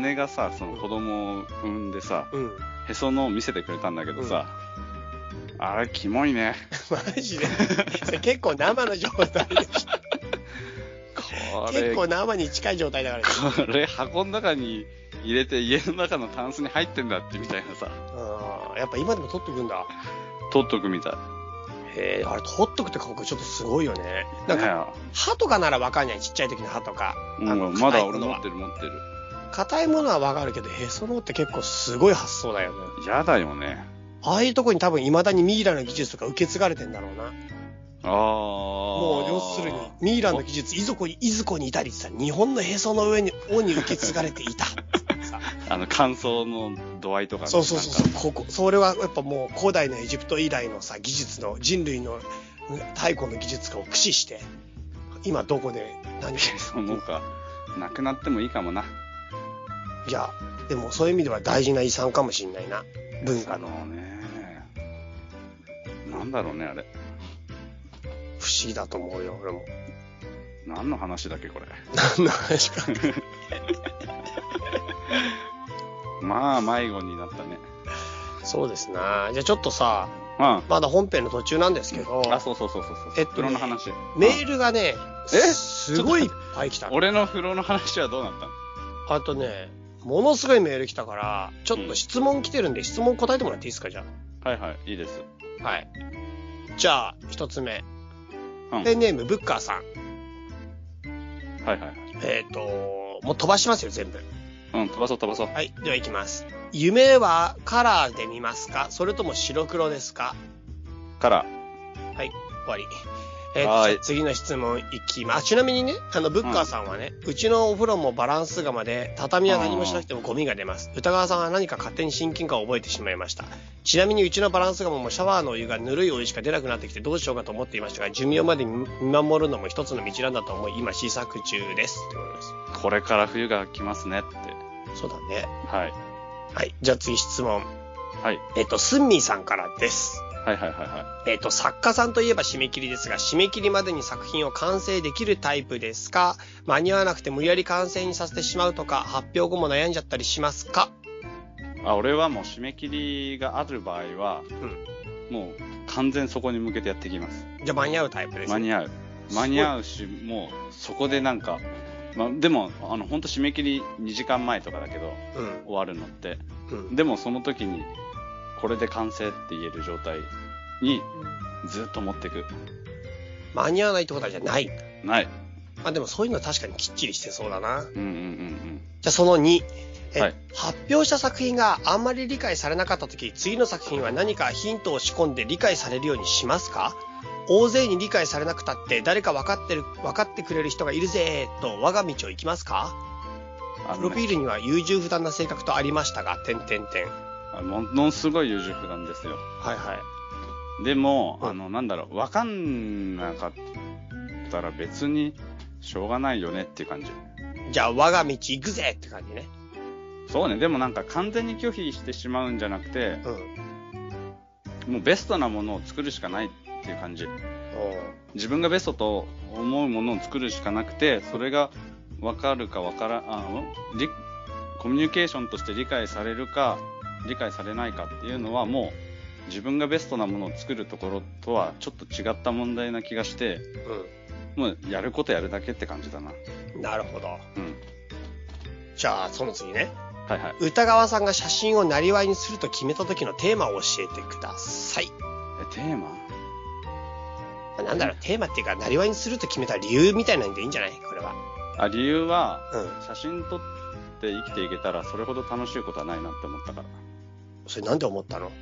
[SPEAKER 2] 姉がさ、その子供を産んでさ、
[SPEAKER 1] うん。うん
[SPEAKER 2] へその緒を見せてくれたんだけどさ、あれ、キモいね。
[SPEAKER 1] マジで。それ結構生の状態でしょ
[SPEAKER 2] これ、
[SPEAKER 1] 結構生に近い状態だからね。
[SPEAKER 2] これ箱の中に入れて家の中のタンスに入ってんだってみたいなさ、
[SPEAKER 1] うん。やっぱ今でも取っとくんだ。
[SPEAKER 2] 取っとくみたい。
[SPEAKER 1] へえ、あれ取っとくって感覚ちょっとすごいよね。なんか、
[SPEAKER 2] か、
[SPEAKER 1] 歯とかならわかんない。ちっちゃい時の歯とか。
[SPEAKER 2] うん
[SPEAKER 1] あの
[SPEAKER 2] ま
[SPEAKER 1] 硬い
[SPEAKER 2] だ
[SPEAKER 1] も
[SPEAKER 2] 俺
[SPEAKER 1] の
[SPEAKER 2] 持
[SPEAKER 1] は
[SPEAKER 2] ってる持ってる。
[SPEAKER 1] 硬いものはわかるけど、へその緒って結構すごい発想だよね。
[SPEAKER 2] やだよね。
[SPEAKER 1] ああいうとこに多分未だにミイラの技術とか受け継がれてんだろうな。
[SPEAKER 2] ああ。
[SPEAKER 1] も
[SPEAKER 2] も
[SPEAKER 1] う要するに、ミイラの技術、いずこに、いずこにいたりってさ、日本のへその上に、尾に受け継がれてい た。
[SPEAKER 2] あの、乾燥の度合いとかね。
[SPEAKER 1] そうそうそう
[SPEAKER 2] なん
[SPEAKER 1] そう、ここ、それはやっぱもう古代のエジプト以来のさ、技術の、人類のうん太古の技術を駆使して、今どこで何を
[SPEAKER 2] か。 そのか、なくなってもいいかもな。
[SPEAKER 1] いや、でもそういう意味では大事な遺産かもしんないな。文化
[SPEAKER 2] あ
[SPEAKER 1] の
[SPEAKER 2] の。ね。なんだろうね、あれ。
[SPEAKER 1] 不思議だと思うよ、俺も。
[SPEAKER 2] 何の話だっけ、これ。
[SPEAKER 1] 何の話か。
[SPEAKER 2] まあ、迷子になったね。
[SPEAKER 1] そうですな。じゃあちょっとさ、
[SPEAKER 2] うん。
[SPEAKER 1] まだ本編の途中なんですけど、
[SPEAKER 2] あ、そうそうそうそうそう。
[SPEAKER 1] えっとね
[SPEAKER 2] 風呂の話。
[SPEAKER 1] メールがね、
[SPEAKER 2] え
[SPEAKER 1] すごいいっぱい来た
[SPEAKER 2] あ。俺の風呂の話はどうなったの
[SPEAKER 1] あとね、ものすごいメール来たから、ちょっと質問来てるんで、質問答えてもらっていいですか、じゃ
[SPEAKER 2] はいはい、いいです。
[SPEAKER 1] あ。はい。じゃあ、一つ目。
[SPEAKER 2] うん
[SPEAKER 1] ペンネーム、ブッカーさん。
[SPEAKER 2] はいはい。
[SPEAKER 1] えっ、と、もう飛ばしますよ、全部。
[SPEAKER 2] うん、飛ばそう飛ばそう。
[SPEAKER 1] はい、では行きます。夢はカラーで見ますかそれとも白黒ですか
[SPEAKER 2] から、
[SPEAKER 1] はい、終わり。えー
[SPEAKER 2] はい
[SPEAKER 1] 次の質問いきます。あちなみにね、あの、ブッカーさんはね、うちのお風呂もバランス釜で、畳は何もしなくてもゴミが出ます。歌川さんは何か勝手に親近感を覚えてしまいました。ちなみにうちのバランス釜もシャワーのお湯がぬるいお湯しか出なくなってきてどうしようかと思っていましたが、寿命まで見見守るのも一つの道なんだと思い、今試作中です。ってことで
[SPEAKER 2] これから冬が来ますねって。
[SPEAKER 1] す。そうだね。
[SPEAKER 2] はい。
[SPEAKER 1] はい。じゃあ次質問。
[SPEAKER 2] はい。
[SPEAKER 1] えっと、スンミーさんからです。
[SPEAKER 2] はいはいはいは
[SPEAKER 1] えっと、作家さんといえば締め切りですが、締め切りまでに作品を完成できるタイプですか間に合わなくて無理やり完成にさせてしまうとか、発表後も悩んじゃったりしますか
[SPEAKER 2] い。あ、俺はもう締め切りがある場合は、もう完全そこに向けてやっていきます。
[SPEAKER 1] じゃあ間に合うタイプです、
[SPEAKER 2] 間に合う。
[SPEAKER 1] すごい
[SPEAKER 2] 間に合うし、もうそこでなんか、まあ、でも、あの、本当締め切り2時間前とかだけど、
[SPEAKER 1] うん。
[SPEAKER 2] 終わるのって。
[SPEAKER 1] うん。
[SPEAKER 2] でもその時に、これで完成って言える状態にずっと持っていく。
[SPEAKER 1] 間に合わないってことはじゃない。
[SPEAKER 2] ない。
[SPEAKER 1] まあでもそういうのは確かにきっちりしてそうだな。
[SPEAKER 2] うんうんうん
[SPEAKER 1] じゃあその2。え
[SPEAKER 2] はい
[SPEAKER 1] 発表した作品があんまり理解されなかった時、次の作品は何かヒントを仕込んで理解されるようにしますか大勢に理解されなくたって誰か分かってる、分かってくれる人がいるぜーと我が道を行きますか
[SPEAKER 2] うん。あ
[SPEAKER 1] プロ
[SPEAKER 2] の
[SPEAKER 1] フィ
[SPEAKER 2] ね
[SPEAKER 1] ールには優柔不断な性格とありましたが、点点点。は
[SPEAKER 2] あものすごい優柔不断ですよ。
[SPEAKER 1] いはい。
[SPEAKER 2] でも、
[SPEAKER 1] うん
[SPEAKER 2] あの、なんだろう、わかんなかったら別にしょうがないよねっていう感じ。
[SPEAKER 1] じゃあ我が道行くぜって感じね。
[SPEAKER 2] そうね、でもなんか完全に拒否してしまうんじゃなくて、
[SPEAKER 1] うん。
[SPEAKER 2] もうベストなものを作るしかないっていう感じ。自分がベストと思うものを作るしかなくて、それがわかるかわから、あんりコミュニケーションとして理解されるか、理解されないかっていうのはもう自分がベストなものを作るところとはちょっと違った問題な気がして、もうやることやるだけって感じだな。
[SPEAKER 1] うん。なるほど。
[SPEAKER 2] うん。
[SPEAKER 1] じゃあその次ね。
[SPEAKER 2] はいはい。
[SPEAKER 1] 歌川さんが写真をなりわいにすると決めた時のテーマを教えてください。
[SPEAKER 2] え、テーマ
[SPEAKER 1] なんだろう、テーマっていうか、なりわいにすると決めた理由みたいなんでいいんじゃないこれは。
[SPEAKER 2] あ、理由は、
[SPEAKER 1] うん。
[SPEAKER 2] 写真撮って生きていけたらそれほど楽しいことはないなって思ったから。
[SPEAKER 1] それなんで思ったの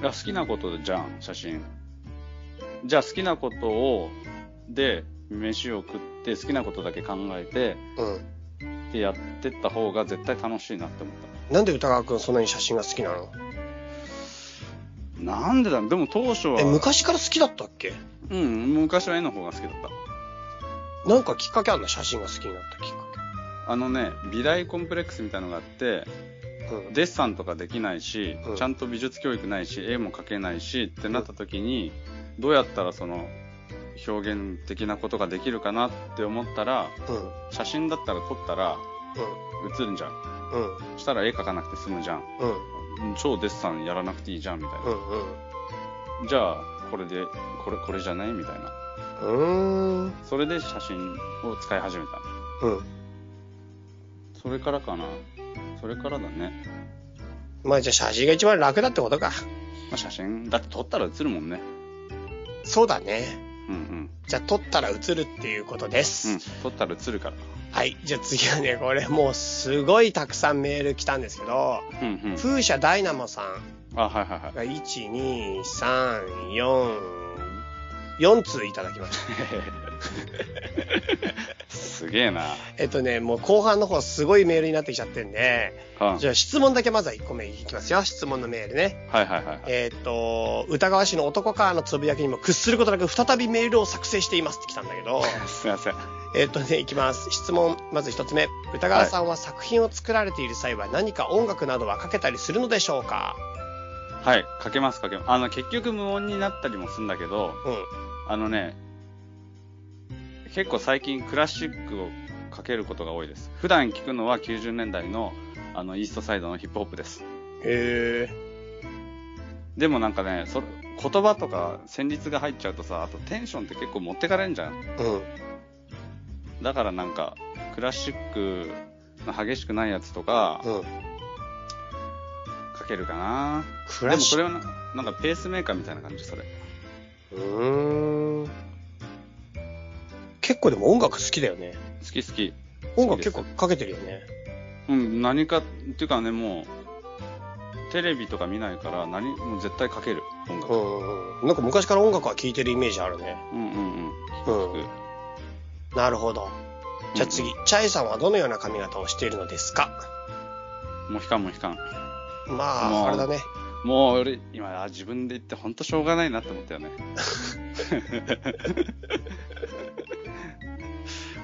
[SPEAKER 2] いや好きなことじゃん、写真。じゃあ好きなことを、で、飯を食って好きなことだけ考えて、
[SPEAKER 1] うん。
[SPEAKER 2] ってやってった方が絶対楽しいなって思っ
[SPEAKER 1] なんで歌川くんそんなに写真が好きなの
[SPEAKER 2] た。なんでだろうでも当初は、
[SPEAKER 1] え、昔から好きだったっけ
[SPEAKER 2] うん、昔は絵の方が好きだっ
[SPEAKER 1] なんかきっかけあんな写真が好きになったきっか
[SPEAKER 2] た。あのね、美大コンプレックスみたいのがあって、
[SPEAKER 1] け。うん。
[SPEAKER 2] デッサンとかできないし、
[SPEAKER 1] うん
[SPEAKER 2] ちゃんと美術教育ないし、絵も描けないしってなった時に、どうやったらその、表現的なことができるかなって思ったら、
[SPEAKER 1] うん。
[SPEAKER 2] 写真だったら撮ったら写るんじゃん。
[SPEAKER 1] うん。うん。
[SPEAKER 2] したら絵描かなくて済むじゃん。
[SPEAKER 1] うん。
[SPEAKER 2] 超デッサンやらなくていいじゃん、みたいな。
[SPEAKER 1] うん。
[SPEAKER 2] じゃあ、これで、これ、これじゃないみたいな。
[SPEAKER 1] うん。うーん。
[SPEAKER 2] それで写真を使い始めた。
[SPEAKER 1] うん。
[SPEAKER 2] それからかな。それからだね。
[SPEAKER 1] まあじゃあ写真が一番楽だってことか。
[SPEAKER 2] まあ、写真、だって撮ったら写るもんね。
[SPEAKER 1] そうだね。
[SPEAKER 2] うん
[SPEAKER 1] じゃあ撮ったら写るっていうことで
[SPEAKER 2] うん。う
[SPEAKER 1] す
[SPEAKER 2] ん。。撮ったら写るから。
[SPEAKER 1] はい。じゃあ次はね、これもうすごいたくさんメール来たんですけど、
[SPEAKER 2] うんうん。
[SPEAKER 1] 風車ダイナモさん
[SPEAKER 2] あ、はいはいはい。
[SPEAKER 1] が1、2、3、4、4通いただきました。
[SPEAKER 2] すげえな。
[SPEAKER 1] えっとね、もう後半の方すごいメールになってきちゃってんで、
[SPEAKER 2] うん
[SPEAKER 1] じゃあ質問だけまずは1個目いきますよ。質問のメールね。
[SPEAKER 2] はいはいはいはい。
[SPEAKER 1] えっと、歌川市の男川のつぶやきにも屈することなく再びメールを作成していますって来たんだけど、
[SPEAKER 2] すいません。
[SPEAKER 1] えっとね、いきます。質問、まず1つ目。歌川さんは作品を作られている際は何か音楽などはかけたりするのでしょうか
[SPEAKER 2] はい、かけますかけます。あの、結局無音になったりもするんだけど、
[SPEAKER 1] う
[SPEAKER 2] あのね、結構最近クラシックをかけることが多いです。普段聞くのは90年代のあのイーストサイドのヒップホップです。
[SPEAKER 1] ん。へえ。
[SPEAKER 2] でもなんかね、それ言葉とか旋律が入っちゃうとさ、あとテンションって結構持ってかれんじゃん。
[SPEAKER 1] うん。
[SPEAKER 2] だからなんか、クラシックの激しくないやつとか、
[SPEAKER 1] うん。
[SPEAKER 2] かけるかな。
[SPEAKER 1] ク
[SPEAKER 2] で
[SPEAKER 1] ラ
[SPEAKER 2] も
[SPEAKER 1] シ
[SPEAKER 2] そ
[SPEAKER 1] ッ
[SPEAKER 2] れはななんかペースメーカーみたいな感じ、それ。
[SPEAKER 1] ク。うーん。結構でも音楽好きだよね。
[SPEAKER 2] 好き好き。
[SPEAKER 1] 音楽結構かけてるよね。
[SPEAKER 2] うん、何か、っていうかね、もう、テレビとか見ないから何もう絶対かける音楽、
[SPEAKER 1] うんうん。なんか昔から音楽は聴いてるイメージあるね。
[SPEAKER 2] うん、うんうん
[SPEAKER 1] うん。なるほど。じゃあ次、チャイさんはどのような髪型をしているのですか
[SPEAKER 2] もうひかんもうひかん
[SPEAKER 1] ま
[SPEAKER 2] も
[SPEAKER 1] あ、
[SPEAKER 2] う
[SPEAKER 1] あれだね。
[SPEAKER 2] もう俺今あ自分で言ってほんとしょうがないなって思ったよね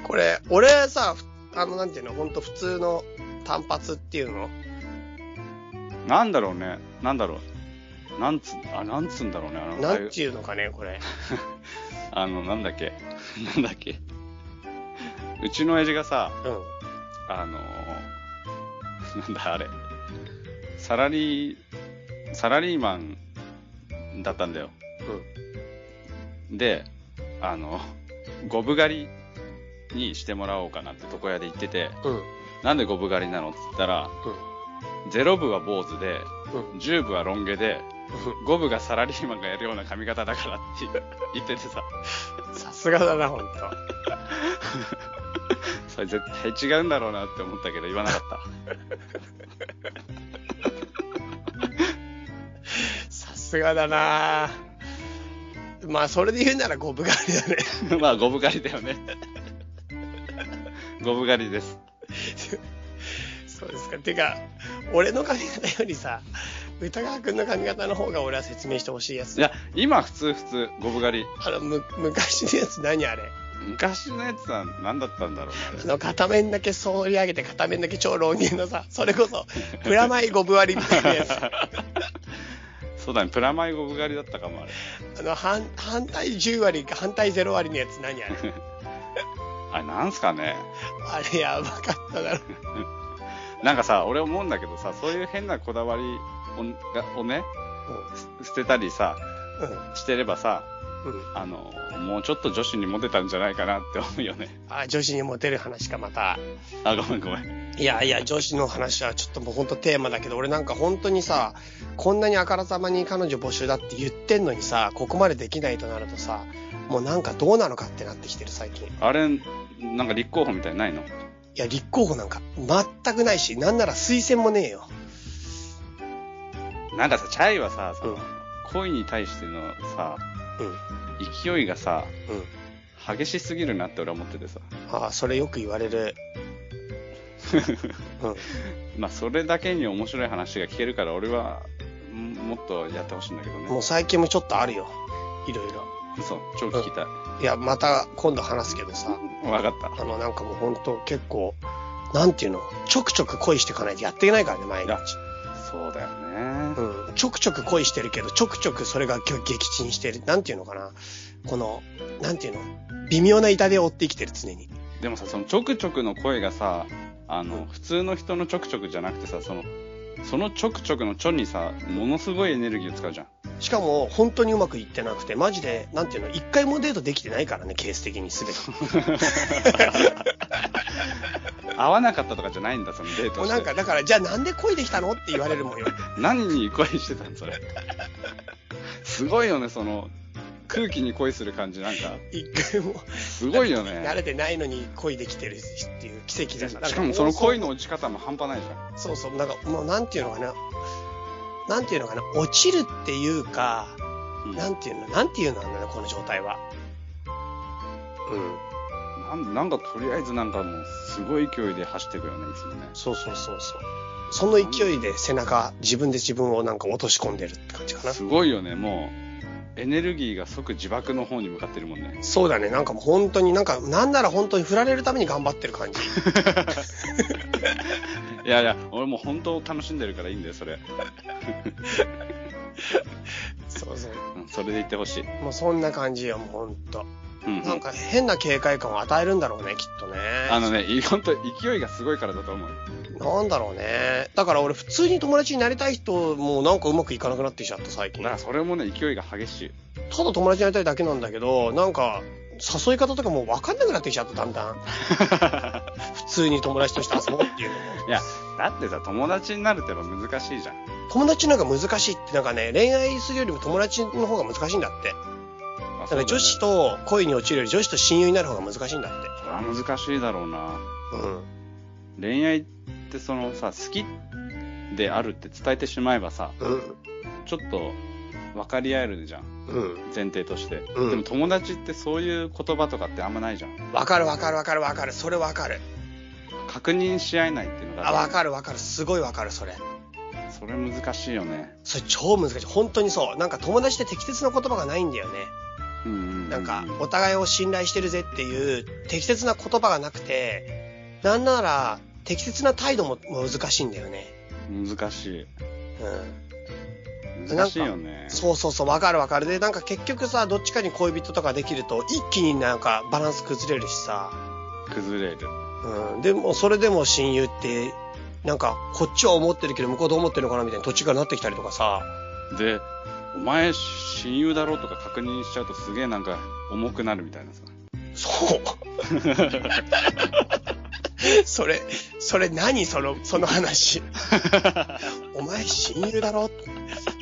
[SPEAKER 1] これ、俺さ、ふあの、なんていうの、ほんと普通の単発っていうの
[SPEAKER 2] なんだろうねなんだろうなんつあなんつうんだろうねあのああい
[SPEAKER 1] なん
[SPEAKER 2] う
[SPEAKER 1] ていうのかね、これ。
[SPEAKER 2] あのなんだっけ なんだっけうちの親父がさ
[SPEAKER 1] うん。
[SPEAKER 2] あのー なんだあれサラリーサラリーマンだったんだよであの ゴブ狩りにしてもらおうかなって床屋で言ってて
[SPEAKER 1] うん。うん。
[SPEAKER 2] なんでゴブ狩りなのって言ったらゼロ部は坊主で
[SPEAKER 1] うん。うん。
[SPEAKER 2] 10部はロン毛で5部 がサラリーマンがやるような髪型だからって 言っててさ
[SPEAKER 1] さすがだな、ほんと。
[SPEAKER 2] それ絶対違うんだろうなって思ったけど言わなかっ
[SPEAKER 1] さすがだなまあ、それで言うなら五分がありだね。
[SPEAKER 2] た まあゴブ狩りだよねゴブ狩りです
[SPEAKER 1] そうですか。てか、俺の髪型よりさ、歌川くんの髪型の方が俺は説明してほしいやつ
[SPEAKER 2] い。や今普通普通ゴブ狩り
[SPEAKER 1] あの、む、昔のやつ何あれ
[SPEAKER 2] 昔のやつは何だったんだろうね
[SPEAKER 1] あの、片面だけ総り上げて片面だけ超老人のさ、それこそ、プラマイ5分割りみたいなやつ。あ
[SPEAKER 2] そうだねプラマイゴブ狩りだったかもあれ
[SPEAKER 1] の、反、反対10割、反対0割のやつ何あれ
[SPEAKER 2] あれなんすかね
[SPEAKER 1] あれやばかっただろ。
[SPEAKER 2] なんかさ俺思うんだけどさそういう変なこだわりをがをね捨てたりさ
[SPEAKER 1] う
[SPEAKER 2] してればさ
[SPEAKER 1] ん。うん。うん。
[SPEAKER 2] あのもうちょっと女子にモテたんじゃないかなって思うよね
[SPEAKER 1] あ、女子にモテる話か、また。
[SPEAKER 2] あごめんごめん
[SPEAKER 1] いやいや、女子の話はちょっともう本当テーマだけど、俺なんか本当にさ、こんなにあからさまに彼女募集だって言ってんのにさ、ここまでできないとなるとさ、もうなんかどうなのかってなってきてる最近。い
[SPEAKER 2] あれなんか立候補みたいにないの
[SPEAKER 1] や、立候補なんか全くないし、なんなら推薦もねえよ。
[SPEAKER 2] なんかさチャイはさその、
[SPEAKER 1] うん
[SPEAKER 2] 恋に対してのさ
[SPEAKER 1] うん。
[SPEAKER 2] 勢いがさ
[SPEAKER 1] うん。
[SPEAKER 2] 激しすぎるなって俺は思っててさ
[SPEAKER 1] ああ、それよく言われる。うん。
[SPEAKER 2] まあそれだけに面白い話が聞けるから俺はんもっとやってほしいんだけど
[SPEAKER 1] も
[SPEAKER 2] ね
[SPEAKER 1] う最近もちょっとあるよ。いろいろ。
[SPEAKER 2] そう超聞きたい、
[SPEAKER 1] いや、また今度話すけどさ、
[SPEAKER 2] わかった
[SPEAKER 1] あのなんかもう本当結構、なんていうの、ちょくちょく恋していかないとやっていけないからね、毎
[SPEAKER 2] い
[SPEAKER 1] 日
[SPEAKER 2] や。そうだよね、
[SPEAKER 1] うん、ちょくちょく恋してるけど、ちょくちょくそれが激沈してる。なんていうのかな。この、なんていうの微妙な痛手を追って生きてる、常に。
[SPEAKER 2] でもさそのちょくちょくの声がさあ
[SPEAKER 1] うん
[SPEAKER 2] の普通の人のちょくちょくじゃなくてさそのそのちょくちょくのちょにさものすごいエネルギーを使うじゃん
[SPEAKER 1] しかも、本当にうまくいってなくて、マジで、なんていうの、一回もデートできてないからね、ケース的にすべて。
[SPEAKER 2] 合わなかったとかじゃないんだそのデート
[SPEAKER 1] も
[SPEAKER 2] を
[SPEAKER 1] う
[SPEAKER 2] して
[SPEAKER 1] なんか、だから、じゃあなんで恋できたのって言われる もんよ。
[SPEAKER 2] 何に恋してたんそれすごいよねその空気に恋する感じなんか
[SPEAKER 1] 一回も、
[SPEAKER 2] すごいよ
[SPEAKER 1] 慣
[SPEAKER 2] ね
[SPEAKER 1] れてないのに恋できてるっていう奇跡だな。
[SPEAKER 2] しかもその恋の落ち方も半端ないじゃ
[SPEAKER 1] そうそう、なんか、もうなんていうのかな。なんていうのかな、落ちるっていうか、
[SPEAKER 2] ん、うん、
[SPEAKER 1] なんていうの、なんていうのなんだね、この状態は。うん。
[SPEAKER 2] なんなんかとりあえずなんかもうすごい勢いで走ってくよねいつもね
[SPEAKER 1] そうそうそうそう。その勢いで背中、自分で自分をなんか落とし込んでるって感じかな。
[SPEAKER 2] すごいよねもうエネルギーが即自爆の方に向かってるもんね
[SPEAKER 1] そうだね、なんかもう本当になんか、なんなら本当に振られるために頑張ってる感じ。
[SPEAKER 2] いやいや俺もう本当楽しんでるからいいんだよそれ
[SPEAKER 1] そうそう。
[SPEAKER 2] うんそれで言ってほしい、
[SPEAKER 1] もうそんな感じよ、もう本当。
[SPEAKER 2] うんうん
[SPEAKER 1] なんか変な警戒感を与えるんだろうね、きっとね。
[SPEAKER 2] あのねい本当勢いがすごいからだと思う
[SPEAKER 1] なんだろうね。だから俺普通に友達になりたい人もなんかうまくいかなくなってきちゃった、最
[SPEAKER 2] だ
[SPEAKER 1] 近。た
[SPEAKER 2] から
[SPEAKER 1] だ
[SPEAKER 2] それもね勢いが激 しい
[SPEAKER 1] 友達になりたいだけなんだけど、なんか、誘い方とかもう分かんなくなってきちゃった、だんだん。普通に友達として遊ぼうっていうのも。
[SPEAKER 2] いやだってさ友達になるってやっぱ難しいじゃん
[SPEAKER 1] 友達の方が難しいってなんかね恋愛するよりも友達の方が難しいんだって
[SPEAKER 2] まあ
[SPEAKER 1] だ
[SPEAKER 2] そ
[SPEAKER 1] か
[SPEAKER 2] うだ
[SPEAKER 1] ら
[SPEAKER 2] よね
[SPEAKER 1] 女子と恋に落ちるより女子と親友になる方が難しいんだっ
[SPEAKER 2] それは難しいだろうな
[SPEAKER 1] てうん
[SPEAKER 2] 恋愛ってそのさ好きであるって伝えてしまえばさ、
[SPEAKER 1] うん、
[SPEAKER 2] ちょっと分かり合えるじゃん。
[SPEAKER 1] うん。
[SPEAKER 2] 前提として。
[SPEAKER 1] うん
[SPEAKER 2] でも友達ってそういう言葉とかってあんまないじゃん。
[SPEAKER 1] わかるわかるわかるわかる。それわかる。
[SPEAKER 2] 確認し合えないっていうのが。
[SPEAKER 1] あ、わかるわかる。すごいわかる、それ。
[SPEAKER 2] それ難しいよね。
[SPEAKER 1] それ超難しい。本当にそう。なんか友達って適切な言葉がないんだよね。
[SPEAKER 2] うんうんうんうん
[SPEAKER 1] なんか、お互いを信頼してるぜっていう適切な言葉がなくて、なんなら適切な態度もも難しいんだよね。
[SPEAKER 2] 難し
[SPEAKER 1] う
[SPEAKER 2] い。難しいよね
[SPEAKER 1] ん。。そうそうそう、わかるわかる。で、なんか結局さ、どっちかに恋人とかできると、一気になんかバランス崩れるしさ。
[SPEAKER 2] 崩れる。
[SPEAKER 1] うん。でも、それでも親友って、なんか、こっちは思ってるけど、向こうどう思ってるのかなみたいな土地がなってきたりとかさ。
[SPEAKER 2] で、お前親友だろうとか確認しちゃうとすげえなんか重くなるみたいなさ。
[SPEAKER 1] そう。それ、それ何その、その話。お前親友だろっ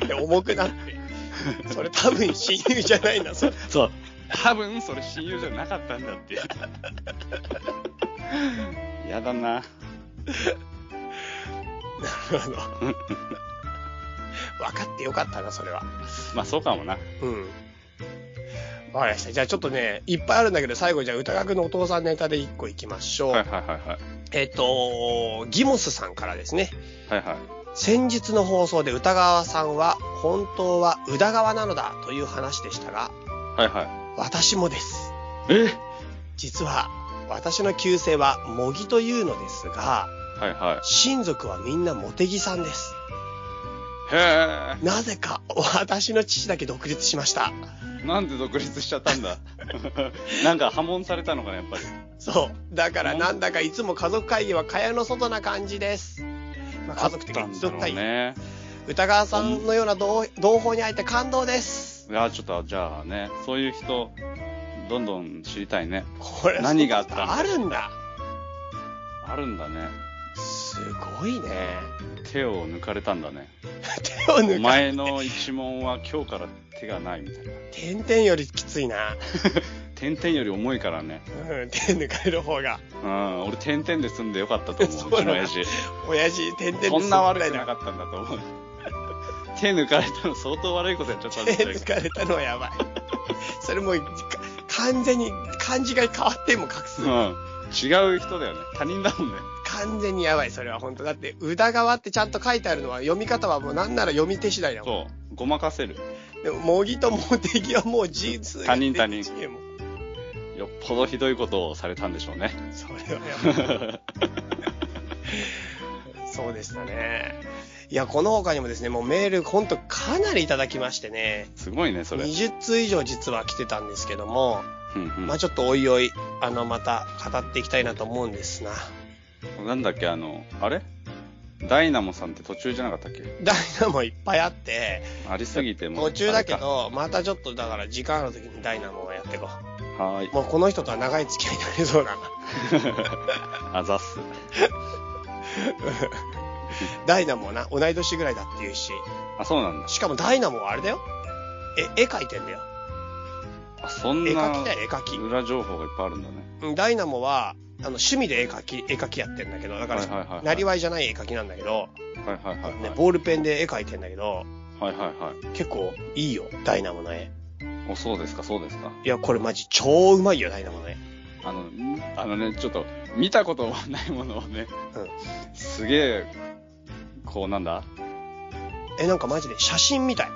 [SPEAKER 1] て重くなって。それ多分親友じゃないな、それ。
[SPEAKER 2] そう。多分それ親友じゃなかったんだ って。やだな。
[SPEAKER 1] なるほど。分かってよかったな、それは。
[SPEAKER 2] まあそうかもな。
[SPEAKER 1] うん。わかりました。じゃあちょっとね、いっぱいあるんだけど、最後じゃあ歌楽のお父さんネタで一個いきましょう。
[SPEAKER 2] はいはいはいはい。
[SPEAKER 1] えっ、と、ギモスさんからですね。
[SPEAKER 2] はいはい。
[SPEAKER 1] 先日の放送で歌川さんは本当は宇田川なのだという話でしたが、
[SPEAKER 2] はいは
[SPEAKER 1] 私もです。
[SPEAKER 2] い。え
[SPEAKER 1] 実は私の旧姓は模擬というのですが、
[SPEAKER 2] はいは
[SPEAKER 1] 親族はみんな茂木さんです。
[SPEAKER 2] い。へ
[SPEAKER 1] なぜか私の父だけ独立しました。
[SPEAKER 2] え。なんで独立しちゃったん だなんか破門されたのかな、やっぱり。
[SPEAKER 1] そう。だからなんだかいつも家族会議は蚊帳の外な感じです。まあ、家族的に家
[SPEAKER 2] だろ
[SPEAKER 1] 族
[SPEAKER 2] う
[SPEAKER 1] 会議。
[SPEAKER 2] ね。
[SPEAKER 1] 歌川さんのような同同胞に会えて感動です。
[SPEAKER 2] いや、ちょっと、じゃあね、そういう人、どんどん知りたいね。
[SPEAKER 1] これ
[SPEAKER 2] 何があったの
[SPEAKER 1] あるんだ。
[SPEAKER 2] あるんだね。
[SPEAKER 1] すごいね。
[SPEAKER 2] 手を抜かれたんだね。
[SPEAKER 1] 手を抜かれ
[SPEAKER 2] お前の一問は今日から手がないみたいな。
[SPEAKER 1] 点々よりきついな。
[SPEAKER 2] 点々より重いからね。
[SPEAKER 1] うん、手抜かれる方が。
[SPEAKER 2] うん、俺点々で済んでよかったと
[SPEAKER 1] そ
[SPEAKER 2] 思
[SPEAKER 1] う
[SPEAKER 2] う、
[SPEAKER 1] だ
[SPEAKER 2] うちの親父。
[SPEAKER 1] 親父、点々
[SPEAKER 2] そんな悪く
[SPEAKER 1] な
[SPEAKER 2] なかったんだと思う。手抜かれたの相当悪いことやっちゃったん
[SPEAKER 1] 手
[SPEAKER 2] だけど
[SPEAKER 1] 抜かれたのはやばい。それもう、か完全に、漢字が変わっても隠す。
[SPEAKER 2] うん。違う人だよね。他人だもんね。
[SPEAKER 1] 完全にやばい、それは本当だって、宇田川ってちゃんと書いてあるのは、読み方はもうなんなら読み手次第だもん。
[SPEAKER 2] そう。ごまかせる。
[SPEAKER 1] でも、模擬と茂木はもう事実
[SPEAKER 2] 他人他人
[SPEAKER 1] 出てきても
[SPEAKER 2] よっぽどひどいことをされたんでしょうね。
[SPEAKER 1] それはやばい。 そうでしたね。いや、この他にもですね、もうメール、ほんとかなりいただきましてね。
[SPEAKER 2] すごいね、それ。
[SPEAKER 1] 20通以上実は来てたんですけども、
[SPEAKER 2] うんうん
[SPEAKER 1] まあちょっとおいおい、あの、また語っていきたいなと思うんですな。
[SPEAKER 2] なんだっけ、あの、あれダイナモさんって途中じゃなかったっけ
[SPEAKER 1] ダイナもいっぱいあって、
[SPEAKER 2] ありすぎてもう。
[SPEAKER 1] 途中だけ
[SPEAKER 2] あ
[SPEAKER 1] ど、またちょっとだから時間ある時にダイナモをやっていこ
[SPEAKER 2] れか。はー
[SPEAKER 1] 。。
[SPEAKER 2] いう
[SPEAKER 1] もうこの人とは長い付き合いになりそうだな。
[SPEAKER 2] あざっす。
[SPEAKER 1] ダイナモはな、同い年ぐらいだっていうし、
[SPEAKER 2] あ、そうなんだ。
[SPEAKER 1] しかもダイナモはあれだよ。え、絵描いてんだよ。
[SPEAKER 2] あ、そん
[SPEAKER 1] 絵
[SPEAKER 2] な
[SPEAKER 1] 描きだよ、絵描き。
[SPEAKER 2] 裏情報がいっぱいあるんだね。
[SPEAKER 1] うんダイナモは、あの、趣味で絵描き、絵描きやってんだけど、だか
[SPEAKER 2] はいはいはいは
[SPEAKER 1] ら、
[SPEAKER 2] い
[SPEAKER 1] なりわいじゃない絵描きなんだけど、
[SPEAKER 2] はいはいはいはい。
[SPEAKER 1] ね、ボールペンで絵描いてんだけど、
[SPEAKER 2] はいはいは
[SPEAKER 1] 結構いいよ、ダイナモの絵。
[SPEAKER 2] い。お、そうですか、そうですか。
[SPEAKER 1] いや、これマジ超うまいよ、ダイナモの絵。
[SPEAKER 2] あの、んあのね、ちょっと、見たこともないものをね、すげえ、こうなんだ
[SPEAKER 1] え、なんかマジで写真みたい。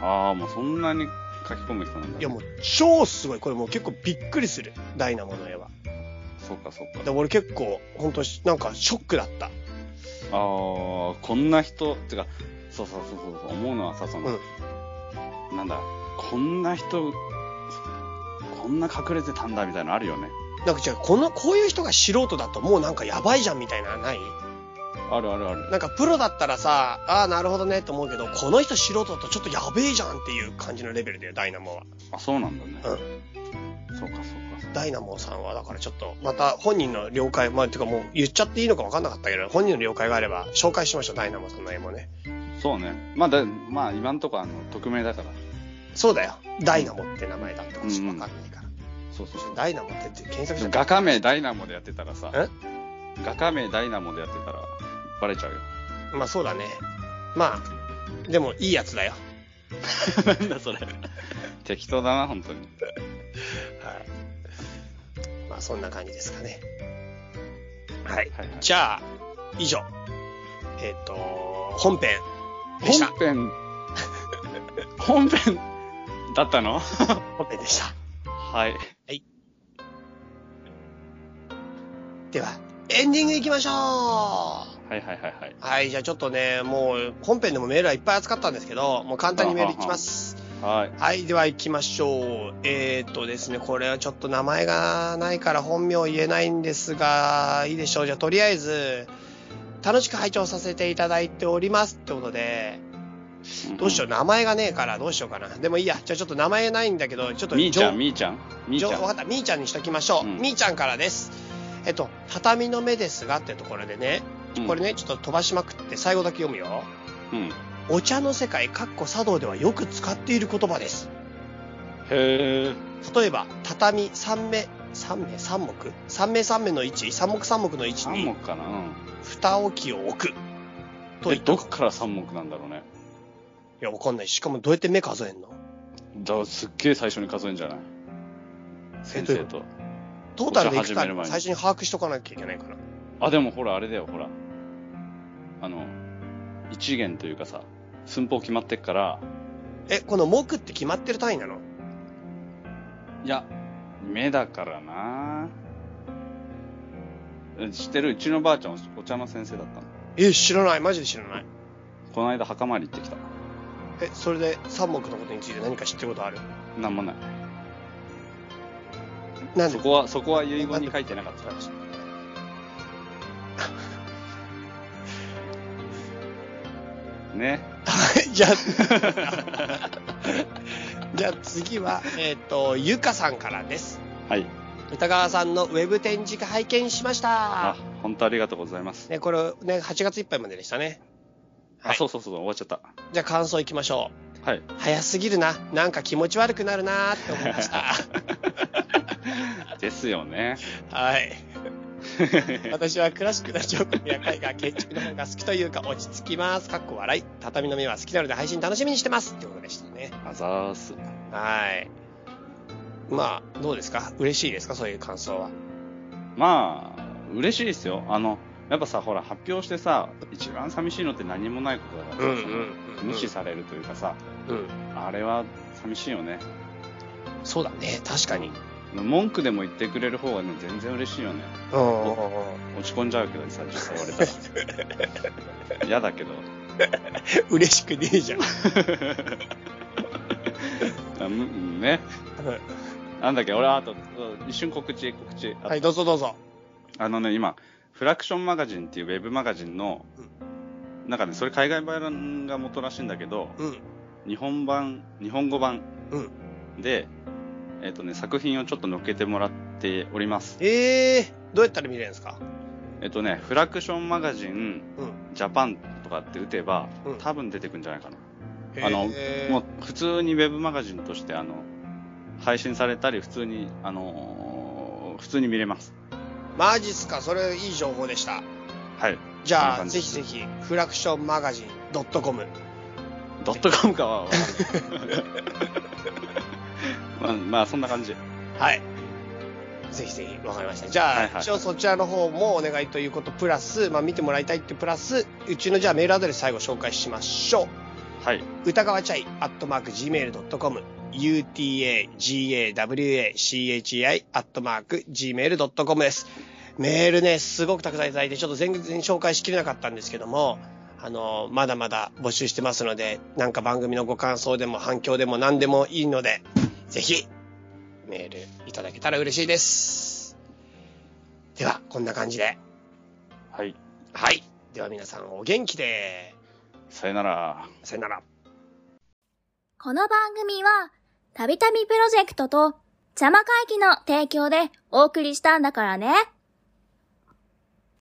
[SPEAKER 2] ああ、もうそんなに書き込む人なんだ。
[SPEAKER 1] いや、もう超すごい。これもう結構びっくりする、ダイナモの絵は。
[SPEAKER 2] そうかそうか。
[SPEAKER 1] で、俺結構、ほんと、なんかショックだった。
[SPEAKER 2] ああ、こんな人、てか、そうそうそうそうそう、思うのはさ、その、なんだ、こんな人、こんな隠れてたんだみたいなのあるよね。
[SPEAKER 1] なんか違う、この、こういう人が素人だともうなんかやばいじゃんみたいな、ない
[SPEAKER 2] あるあるある。
[SPEAKER 1] なんかプロだったらさ、ああ、なるほどねと思うけど、この人素人だとちょっとやべえじゃんっていう感じのレベルだよ、ダイナモは。
[SPEAKER 2] あ、そうなんだね。
[SPEAKER 1] うん
[SPEAKER 2] そうかそうか。
[SPEAKER 1] ダイナモさんはだからちょっと、また本人の了解、まあ、てかもう言っちゃっていいのか分かんなかったけど、本人の了解があれば紹介しましょう、ダイナモさんの絵もね。
[SPEAKER 2] そうね。まあ、だまあ、今んとこあの、匿名だから。
[SPEAKER 1] そうだよ。ダイナモって名前だってことしか
[SPEAKER 2] う
[SPEAKER 1] 分
[SPEAKER 2] ん
[SPEAKER 1] かんないから。
[SPEAKER 2] そうそうそう。
[SPEAKER 1] ダイナモってって検索したら、
[SPEAKER 2] 画家名ダイナモでやってたらさ
[SPEAKER 1] え、
[SPEAKER 2] 画家名ダイナモでやってたら、バレちゃうよ。
[SPEAKER 1] まあそうだね。まあ、でもいいやつだよ。
[SPEAKER 3] なんだそれ。
[SPEAKER 2] 適当だな、本当に。
[SPEAKER 1] はい。まあそんな感じですかね。はい。
[SPEAKER 2] はいはい
[SPEAKER 1] じゃあ、以上。えっ、と、本編でした
[SPEAKER 2] 本。編、本編だったの
[SPEAKER 1] 本編でした。
[SPEAKER 2] はい。
[SPEAKER 1] では、エンディング行きましょう
[SPEAKER 2] はいはいはいはい。
[SPEAKER 1] はい、じゃあちょっとね、もう本編でもメールはいっぱい扱ったんですけど、もう簡単にメールいきます。
[SPEAKER 2] はい。
[SPEAKER 1] はい、では行きましょう。えー、っとですね、これはちょっと名前がないから本名言えないんですが、いいでしょう。じゃあとりあえず、楽しく拝聴させていただいておりますってことで、どうしよう、名前がねえからどうしようかな。でもいいや、じゃあちょっと名前ないんだけど、ちょっと
[SPEAKER 2] みーちゃ
[SPEAKER 1] 情
[SPEAKER 2] ん、みーちゃん。みー
[SPEAKER 1] じょ
[SPEAKER 2] ちゃ
[SPEAKER 1] わか
[SPEAKER 2] ん。
[SPEAKER 1] った。みーちゃんにしときましょう。
[SPEAKER 2] うん
[SPEAKER 1] みーちゃんからです。えっと、畳の目ですがってところでね、
[SPEAKER 2] うん
[SPEAKER 1] これね、ちょっと飛ばしまくって最後だけ読むよ。
[SPEAKER 2] うん。へ
[SPEAKER 1] お茶の世界、かっこ茶道ではよく使っている言葉です。
[SPEAKER 2] え。
[SPEAKER 1] 例えば、畳3目、3目、3目 ?3 目3目の位置、3目3目の位置
[SPEAKER 2] 三
[SPEAKER 1] に
[SPEAKER 2] 目かなうん。
[SPEAKER 1] 蓋置きを置く。と
[SPEAKER 2] え、
[SPEAKER 1] いった
[SPEAKER 2] ど
[SPEAKER 1] い
[SPEAKER 2] っから三目なんだろうね。
[SPEAKER 1] や、わかんない。しかもどうやって目数えんの
[SPEAKER 2] だすっげえ最初に数えんじゃない先生と。
[SPEAKER 1] トータルでいく
[SPEAKER 2] お茶始める
[SPEAKER 1] か
[SPEAKER 2] 前に
[SPEAKER 1] 最初に把握しとかなきゃいけないから。
[SPEAKER 2] あ、でもほら、あれだよ、ほら。あの、一元というかさ、寸法決まってっから、
[SPEAKER 1] え、この目って決まってる単位なの
[SPEAKER 2] いや、目だからなえ知ってるうちのばあちゃんおお茶の先生だったの。
[SPEAKER 1] え、知らない。マジで知らない。
[SPEAKER 2] この間墓参り行ってきた。
[SPEAKER 1] え、それで3目のことについて何か知ってることある
[SPEAKER 2] なんもない。
[SPEAKER 1] なん
[SPEAKER 2] そ
[SPEAKER 1] で
[SPEAKER 2] こは、そこは遺言に書いてなかった。ね。
[SPEAKER 1] じゃあ、 じゃあ次は、えっ、と、ゆかさんからです。
[SPEAKER 2] はい。
[SPEAKER 1] 歌川さんのウェブ展示会拝見しまし
[SPEAKER 2] あ
[SPEAKER 1] た。、
[SPEAKER 2] 本当ありがとうございます。
[SPEAKER 1] ね、これ、ね、8月いっぱいまででしたね。は
[SPEAKER 2] あ、
[SPEAKER 1] い
[SPEAKER 2] そうそうそう、終わっちゃった。
[SPEAKER 1] じゃあ感想いきましょう。
[SPEAKER 2] はい。
[SPEAKER 1] 早すぎるな。なんか気持ち悪くなるなーって思いました。
[SPEAKER 2] ですよね。
[SPEAKER 1] はい。私はクラシックな彫刻や絵画、建築の方が好きというか落ち着きます。かっこ笑い。畳の目は好きなので配信楽しみにしてます。ってことでしたね。
[SPEAKER 2] あざーす。
[SPEAKER 1] はい。まあ、どうですか嬉しいですかそういう感想は。
[SPEAKER 2] まあ、嬉しいですよ。あの、やっぱさ、ほら、発表してさ、一番寂しいのって何もないことだからさ、その無視されるというかさ、
[SPEAKER 1] うん。
[SPEAKER 2] あれは寂しいよね。
[SPEAKER 1] そうだね。確かに。うん。
[SPEAKER 2] 文句でも言ってくれる方がね、全然嬉しいよね。落ち込んじゃうけどさ、実際言われたら。嫌だけど。
[SPEAKER 1] 嬉しくねえじゃん。
[SPEAKER 2] あむうんね。なんだっけ、俺、あと、うん一瞬告知、告知。あ
[SPEAKER 1] はい、どうぞどうぞ。
[SPEAKER 2] あのね、今、フラクションマガジンっていうウェブマガジンの、なんかね、それ海外版が元らしいんだけど、
[SPEAKER 1] うん。
[SPEAKER 2] 日本版、日本語版
[SPEAKER 1] うん。
[SPEAKER 2] で、えっ、とね、作品をちょっと載っけてもらっております。
[SPEAKER 1] ええー、どうやったら見れるんですか
[SPEAKER 2] えっ、とね、フラクションマガジン、
[SPEAKER 1] うん。
[SPEAKER 2] ジャパンとかって打てば、
[SPEAKER 1] うん
[SPEAKER 2] 多分出てくんじゃないかな。あの
[SPEAKER 1] えー
[SPEAKER 2] もう普通にウェブマガジンとして、あの、配信されたり、普通に、あのー普通に見れます。
[SPEAKER 1] マジっすかそれいい情報でした。
[SPEAKER 2] はい。
[SPEAKER 1] じ
[SPEAKER 2] こんな
[SPEAKER 1] ゃあ、
[SPEAKER 2] 感じ
[SPEAKER 1] ぜひぜひ、フラクションマガジン .com。
[SPEAKER 2] ドットコムかはわかんない まあ、まあ、そんな感じ。
[SPEAKER 1] はい。ぜひぜひ、わかりました。じゃあ、
[SPEAKER 2] はいはい
[SPEAKER 1] 一応そちらの方もお願いということ、プラス、まあ見てもらいたいってプラス、うちのじゃあメールアドレス最後紹介しましょう。
[SPEAKER 2] はい。
[SPEAKER 1] 歌川チャイ、アットマーク、gmail.com、utagawachai、アットマーク、gmail.com です。メールね、すごくたくさんいただいて、ちょっと全然紹介しきれなかったんですけども、あの、まだまだ募集してますので、なんか番組のご感想でも反響でも何でもいいので、ぜひ、メールいただけたら嬉しいです。では、こんな感じで。
[SPEAKER 2] はい。
[SPEAKER 1] はい。では皆さんお元気で、
[SPEAKER 2] さよなら。
[SPEAKER 1] さよなら。
[SPEAKER 4] この番組は、たびたびプロジェクトと、邪魔会議の提供でお送りしたんだからね。